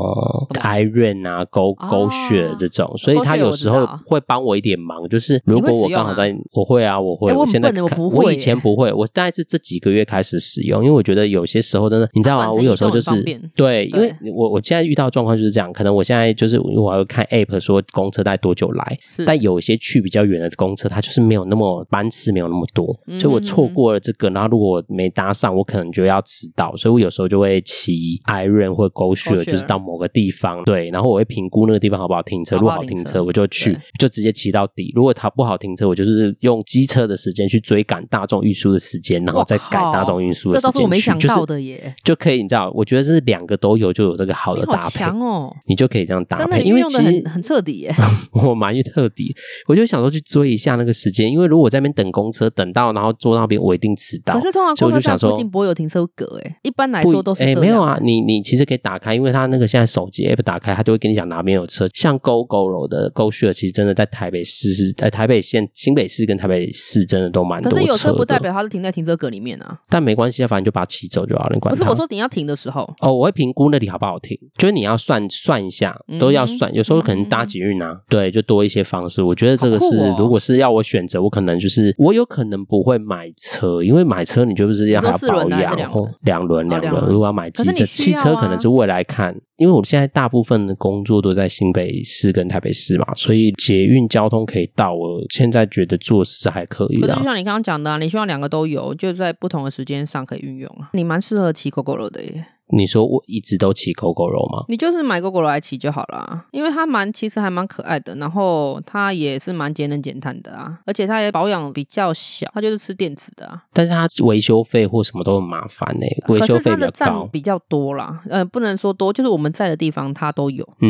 Speaker 1: iron 啊、勾
Speaker 2: 哦
Speaker 1: 勾血这种，所以它有时候
Speaker 2: 狗血我知道
Speaker 1: 会帮我一点忙。就是如果
Speaker 2: 你会
Speaker 1: 我
Speaker 2: 使用
Speaker 1: 刚
Speaker 2: 啊
Speaker 1: 好在，我会啊，我会。
Speaker 2: 哎我很
Speaker 1: 现在
Speaker 2: 笨的我
Speaker 1: 看
Speaker 2: 不
Speaker 1: 我
Speaker 2: 会
Speaker 1: 以前
Speaker 2: 耶
Speaker 1: 不会，我大概是这几个月开始使用，因为我觉得有些时候真的，你知道吗？
Speaker 2: 短程
Speaker 1: 我有时候就
Speaker 2: 移动很
Speaker 1: 是
Speaker 2: 方便
Speaker 1: 对，因为
Speaker 2: 对
Speaker 1: 我我现在遇到的状况就是这样，可能我现在就是因为我还会看 app 说公车大概多久来，
Speaker 2: 是
Speaker 1: 但有一些去比较远的公车，它就是没有那么班次没有那么多，
Speaker 2: 嗯
Speaker 1: 所以我错过了这个，然后如果我没搭上，我可能就要迟到，所以我有时候就会骑 Iron 或 g o s h e
Speaker 2: GoShare
Speaker 1: 就是到某个地方，对，然后我会评估那个地方好不好停车，如
Speaker 2: 好不
Speaker 1: 果
Speaker 2: 好
Speaker 1: 好停
Speaker 2: 停车
Speaker 1: 车我就去
Speaker 2: 对，
Speaker 1: 就直接骑到底；如果它不好停车，我就是用机车的时间去追赶大众运输的时间，然后再赶大众运输的
Speaker 2: 这
Speaker 1: 时间
Speaker 2: 倒
Speaker 1: 去，
Speaker 2: 是我没想
Speaker 1: 就是
Speaker 2: 到的耶，
Speaker 1: 就可以，你知道，我觉得是两个都有就有这个好
Speaker 2: 你
Speaker 1: 的搭
Speaker 2: 好
Speaker 1: 配。
Speaker 2: 强哦，
Speaker 1: 你就可以这样搭
Speaker 2: 真
Speaker 1: 配，
Speaker 2: 的
Speaker 1: 因为
Speaker 2: 运用
Speaker 1: 其
Speaker 2: 的
Speaker 1: 实
Speaker 2: 很很彻底耶，
Speaker 1: 我蛮于特底，我就想说去追一下那个时间，因为如果我在那边等公车，等到然后坐到那边，我一定迟到。
Speaker 2: 可是通常
Speaker 1: 所以
Speaker 2: 公
Speaker 1: 我就
Speaker 2: 车
Speaker 1: 想
Speaker 2: 站
Speaker 1: 说
Speaker 2: 附近不会有停车格哎，一般来
Speaker 1: 不
Speaker 2: 说都是
Speaker 1: 哎、
Speaker 2: 这样
Speaker 1: 没有啊，你你其实可以打开，因为它那个现在手机 app 打开，它就会跟你讲哪边有车。像 GoGo 的 GoShare，其实真的在台北市是在、呃、台北县、新北市跟台北市真的都蛮多
Speaker 2: 可是有
Speaker 1: 车
Speaker 2: 车不代
Speaker 1: 的，
Speaker 2: 表它是停在停车格里面啊，
Speaker 1: 但没关系啊，反正就把它骑走就好了，你管
Speaker 2: 不是
Speaker 1: 它
Speaker 2: 我说你要停的时候，
Speaker 1: 哦，我会评估那里好不好停，就是你要算算一下，都
Speaker 2: 嗯
Speaker 1: 要算。有时候可能搭捷运啊，对，就多一些方式。我觉得这个
Speaker 2: 好
Speaker 1: 是，
Speaker 2: 酷哦
Speaker 1: 如果是要我选择，我可能就是我有可能不会买车，因为买车你就是要
Speaker 2: 你
Speaker 1: 还
Speaker 2: 说
Speaker 1: 要
Speaker 2: 四轮
Speaker 1: 保
Speaker 2: 的还是
Speaker 1: 养，
Speaker 2: 两
Speaker 1: 或
Speaker 2: 轮
Speaker 1: 两轮
Speaker 2: 哦
Speaker 1: 两
Speaker 2: 两
Speaker 1: 轮。
Speaker 2: 轮
Speaker 1: 如果要买机
Speaker 2: 可是
Speaker 1: 车，
Speaker 2: 你
Speaker 1: 汽
Speaker 2: 需
Speaker 1: 车
Speaker 2: 要啊
Speaker 1: 可能是未来看，因为我现在大部分的工作都在新北市跟台北市嘛，所以捷运交通可以到。我现在觉得做事还可以
Speaker 2: 可是
Speaker 1: 啦
Speaker 2: 就。像你刚刚讲的、啊，你希望两个都有，就在不同的时间上可以运用啊。你蛮适合骑 GoGo 的耶，
Speaker 1: 你说我一直都骑狗狗肉吗？
Speaker 2: 你就是买 GoGo 来骑就好啦，因为它蛮其实还蛮可爱的，然后它也是蛮节能减碳的啊，而且它也保养比较小，它就是吃电池的啊。
Speaker 1: 但是它维修费或什么都很麻烦呢、维
Speaker 2: 可
Speaker 1: 修
Speaker 2: 是
Speaker 1: 费
Speaker 2: 它
Speaker 1: 比
Speaker 2: 的
Speaker 1: 较
Speaker 2: 站
Speaker 1: 高。
Speaker 2: 比较多啦，呃，不能说多，就是我们在的地方它都有。
Speaker 1: 嗯，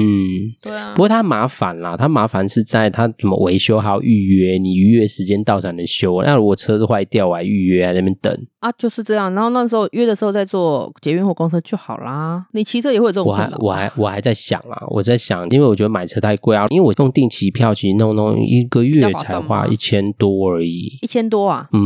Speaker 2: 对啊
Speaker 1: 不过它麻烦啦，它麻烦是在它怎么维修还要预约，你预约时间到才能修。那如果车子坏掉，我还预约还在那边等。
Speaker 2: 啊，就是这样。然后那时候约的时候在坐捷运或公车就好啦。你骑车也会有这种
Speaker 1: 我
Speaker 2: 困
Speaker 1: 还
Speaker 2: 扰，
Speaker 1: 我还我还在想啊，我在想，因为我觉得买车太贵啊，因为我用定期票其实弄弄一个
Speaker 2: 较
Speaker 1: 月
Speaker 2: 划
Speaker 1: 才
Speaker 2: 算
Speaker 1: 花
Speaker 2: 吗
Speaker 1: 一千多而已。
Speaker 2: 一千多啊。
Speaker 1: 嗯，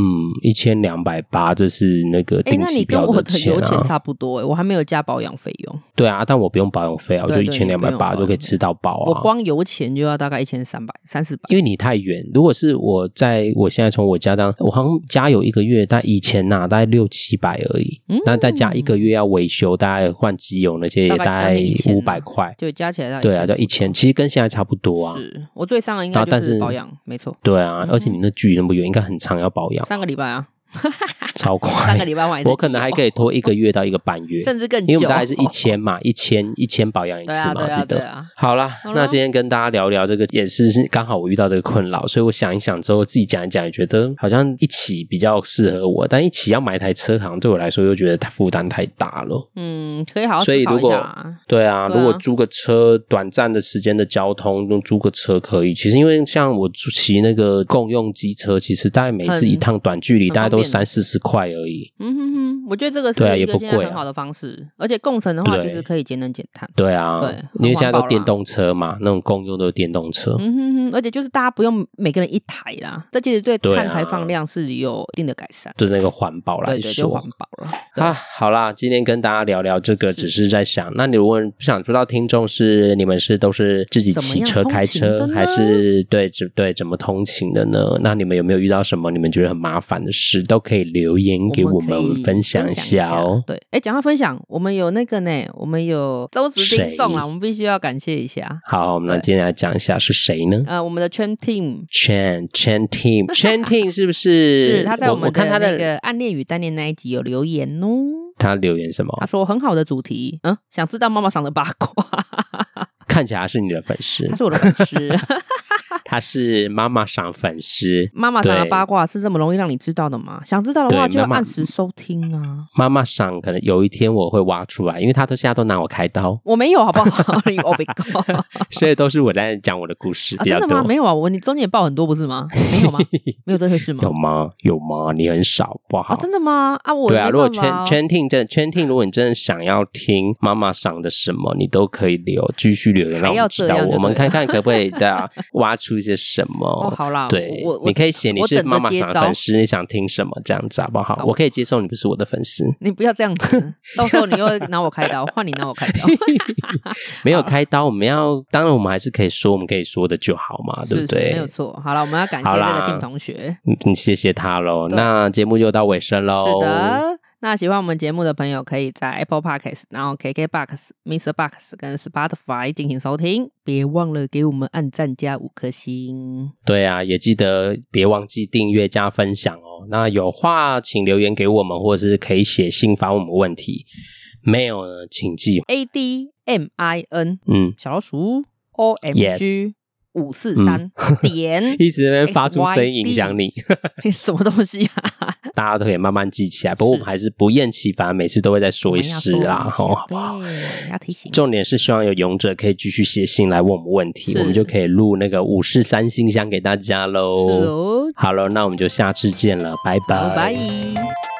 Speaker 1: 一千两百八，这是那个
Speaker 2: 哎，
Speaker 1: 定
Speaker 2: 那
Speaker 1: 期
Speaker 2: 你跟
Speaker 1: 票
Speaker 2: 我的
Speaker 1: 钱
Speaker 2: 油钱
Speaker 1: 啊。
Speaker 2: 差不多哎、我还没有加保养费用，
Speaker 1: 对啊，但我不用保养费啊，我就
Speaker 2: 对
Speaker 1: 一
Speaker 2: 对
Speaker 1: 千
Speaker 2: 你
Speaker 1: 两
Speaker 2: 不
Speaker 1: 百
Speaker 2: 用
Speaker 1: 八
Speaker 2: 保
Speaker 1: 就可以
Speaker 2: 养
Speaker 1: 吃到饱
Speaker 2: 我
Speaker 1: 啊。
Speaker 2: 光油钱就要大概一千三百三四百。
Speaker 1: 因为你太远，如果是我在我现在从我家当，我好像家有一个月，但以前呐、大概六七百而已，
Speaker 2: 嗯
Speaker 1: 那再加一个月要维修，大概换机油那些也
Speaker 2: 大
Speaker 1: 大
Speaker 2: 概将
Speaker 1: 概
Speaker 2: 近1000
Speaker 1: 五
Speaker 2: 呐
Speaker 1: 百块，
Speaker 2: 对，加起来大概
Speaker 1: 对啊，就一
Speaker 2: 出
Speaker 1: 千，
Speaker 2: 头。
Speaker 1: 其实跟现在差不多啊。
Speaker 2: 是嗯我最伤的应
Speaker 1: 然
Speaker 2: 该
Speaker 1: 后
Speaker 2: 就
Speaker 1: 但
Speaker 2: 是
Speaker 1: 是
Speaker 2: 保养，没错，
Speaker 1: 对啊，而且你那距离那么远，应该很长要保 养，
Speaker 2: 三个礼拜啊，
Speaker 1: 超
Speaker 2: 三个
Speaker 1: 快。
Speaker 2: 礼拜换一次机油，
Speaker 1: 哎我可能还可以拖一个月到一个半月，
Speaker 2: 哦甚至更久，
Speaker 1: 因为我们大概是一千嘛，一千一千保养一
Speaker 2: 对
Speaker 1: 次
Speaker 2: 啊
Speaker 1: 嘛，
Speaker 2: 对
Speaker 1: 记
Speaker 2: 啊对
Speaker 1: 得。
Speaker 2: 啊，
Speaker 1: 好啦，
Speaker 2: 好啦
Speaker 1: 那今天跟大家聊聊这个，也是是刚好我遇到这个困扰，所以我想一想之后自己讲一讲，也觉得好像一起比较适合我，但一起要买一台车，好像对我来说又觉得它负担太大了。
Speaker 2: 嗯，可以好好
Speaker 1: 所以
Speaker 2: 思考
Speaker 1: 如
Speaker 2: 一
Speaker 1: 果
Speaker 2: 下啊。
Speaker 1: 对啊，
Speaker 2: 对啊
Speaker 1: 如果租个车，短暂的时间的交通，用租个车可以。其实因为像我租骑那个共用机车，其实大概每次
Speaker 2: 很
Speaker 1: 一趟短距离
Speaker 2: 很
Speaker 1: 大概都
Speaker 2: 方便
Speaker 1: 三四十块而已。
Speaker 2: 嗯哼哼，我觉得这个是
Speaker 1: 对啊
Speaker 2: 一
Speaker 1: 也
Speaker 2: 个
Speaker 1: 不
Speaker 2: 现在
Speaker 1: 贵
Speaker 2: 很
Speaker 1: 啊
Speaker 2: 好的方式，而且共乘的话，
Speaker 1: 对
Speaker 2: 其实可以节能减碳。
Speaker 1: 对啊，
Speaker 2: 对
Speaker 1: 因为现在
Speaker 2: 很环保
Speaker 1: 都
Speaker 2: 啦
Speaker 1: 电动车嘛，那种共用都是电动车。
Speaker 2: 嗯哼哼，而且就是大家不用每个人一台啦，这其实对
Speaker 1: 对啊
Speaker 2: 碳排放量是有一定的改善，
Speaker 1: 对那个环保来
Speaker 2: 对对，就
Speaker 1: 说
Speaker 2: 环保了。
Speaker 1: 啊，好啦，今天跟大家聊聊这个，
Speaker 2: 是
Speaker 1: 只是在想，那你如果不想知道听众是你们是都是自己
Speaker 2: 怎么
Speaker 1: 骑
Speaker 2: 样
Speaker 1: 车
Speaker 2: 通
Speaker 1: 开
Speaker 2: 勤的
Speaker 1: 车，
Speaker 2: 呢
Speaker 1: 还是对只对怎么通勤的呢？那你们有没有遇到什么你们觉得很麻烦的事，都可以留言给我
Speaker 2: 们
Speaker 1: 们
Speaker 2: 可以
Speaker 1: 分
Speaker 2: 分
Speaker 1: 享
Speaker 2: 一
Speaker 1: 一下哦。
Speaker 2: 对，哎，讲到分享，我们有那个呢，我们有周直
Speaker 1: 谁
Speaker 2: 听众啦，我们必须要感谢一下。
Speaker 1: 好，我们来
Speaker 2: 对
Speaker 1: 今天来讲一下是谁 呢？
Speaker 2: 呃，我们的圈 team
Speaker 1: Chan Chan Team Chan Team 是不是？
Speaker 2: 是他在
Speaker 1: 我
Speaker 2: 们
Speaker 1: 看
Speaker 2: 的
Speaker 1: 他
Speaker 2: 那个暗恋与单恋那一集有留言哦。
Speaker 1: 他留言什么
Speaker 2: 他，说很好的主题，嗯，想知道妈妈桑的八卦。
Speaker 1: 看起来他是你的粉丝
Speaker 2: 他，是我的粉 丝，
Speaker 1: 他是妈妈赏粉丝，
Speaker 2: 妈妈桑的
Speaker 1: 对
Speaker 2: 八卦是这么容易让你知道的吗？想知道的话
Speaker 1: 对
Speaker 2: 就
Speaker 1: 妈妈
Speaker 2: 按时收听啊。，
Speaker 1: 妈妈赏可能有一天我会挖出来，因为他都现在都拿我开刀
Speaker 2: 我没有，好不好？ 你我被告啊！
Speaker 1: 所以都是我在讲我的故事比较
Speaker 2: 真的
Speaker 1: 多。
Speaker 2: 吗？没有啊，我你中间也报很多不是吗？没有吗？没有这回事 吗
Speaker 1: 有？吗？有吗？你很少，不好。
Speaker 2: 啊，真的吗？啊，我
Speaker 1: 对啊，
Speaker 2: 没
Speaker 1: 如果
Speaker 2: 办法
Speaker 1: 圈
Speaker 2: 啊
Speaker 1: 圈听真的圈听，如果你真的想要听妈妈赏的什么，你都可以留继续留言，让我
Speaker 2: 要
Speaker 1: 们知
Speaker 2: 这
Speaker 1: 道，
Speaker 2: 样就
Speaker 1: 我们
Speaker 2: 对
Speaker 1: 看看可不可以对 啊挖出一些什么。
Speaker 2: 哦，好啦，
Speaker 1: 对
Speaker 2: 我，我
Speaker 1: 你可以写你
Speaker 2: 我
Speaker 1: 是
Speaker 2: 等着
Speaker 1: 妈妈
Speaker 2: 接
Speaker 1: 赏的
Speaker 2: 招
Speaker 1: 粉丝，你想听什么这样子好不好？
Speaker 2: 好
Speaker 1: 我可以接受你不是我的粉丝，
Speaker 2: 你不要这样子，到时候你又拿我开刀，换你拿我开 刀，
Speaker 1: 没有开刀，我们要当然我们还是可以说我们可以说的就好嘛，对
Speaker 2: 是
Speaker 1: 不
Speaker 2: 是没
Speaker 1: 对
Speaker 2: 有？错。好了，我们要感谢
Speaker 1: 好
Speaker 2: 这个
Speaker 1: 啦
Speaker 2: Tim 同学。
Speaker 1: 嗯，嗯谢谢他喽。
Speaker 2: 对
Speaker 1: 那节目就到尾声喽。
Speaker 2: 是，的，那喜欢我们节目的朋友，可以在 Apple Podcast、然后 KKBox、Mr. Box 跟 Spotify 进行收听。别忘了给我们按赞加五颗星。
Speaker 1: 对啊，也记得别忘记订阅加分享哦。那有话请留言给我们，或者是可以写信发问我们问题。没有呢，请记
Speaker 2: A D M I N
Speaker 1: 嗯，
Speaker 2: 小老鼠 O M
Speaker 1: Yes 嗯
Speaker 2: G 五四三 点
Speaker 1: 一直在那边发出声音影响你，
Speaker 2: 什么东西啊？
Speaker 1: 大家都可以慢慢记起来。不过我们还是不厌其烦，每次都会再说一次啦，吼，好不好？
Speaker 2: 对，要提醒。
Speaker 1: 重点是希望有勇者可以继续写信来问我们问题，
Speaker 2: 是
Speaker 1: 我们就可以录那个五四三信箱给大家
Speaker 2: 是
Speaker 1: 喽。
Speaker 2: 哦，
Speaker 1: 好了，那我们就下次见了，拜
Speaker 2: 拜拜。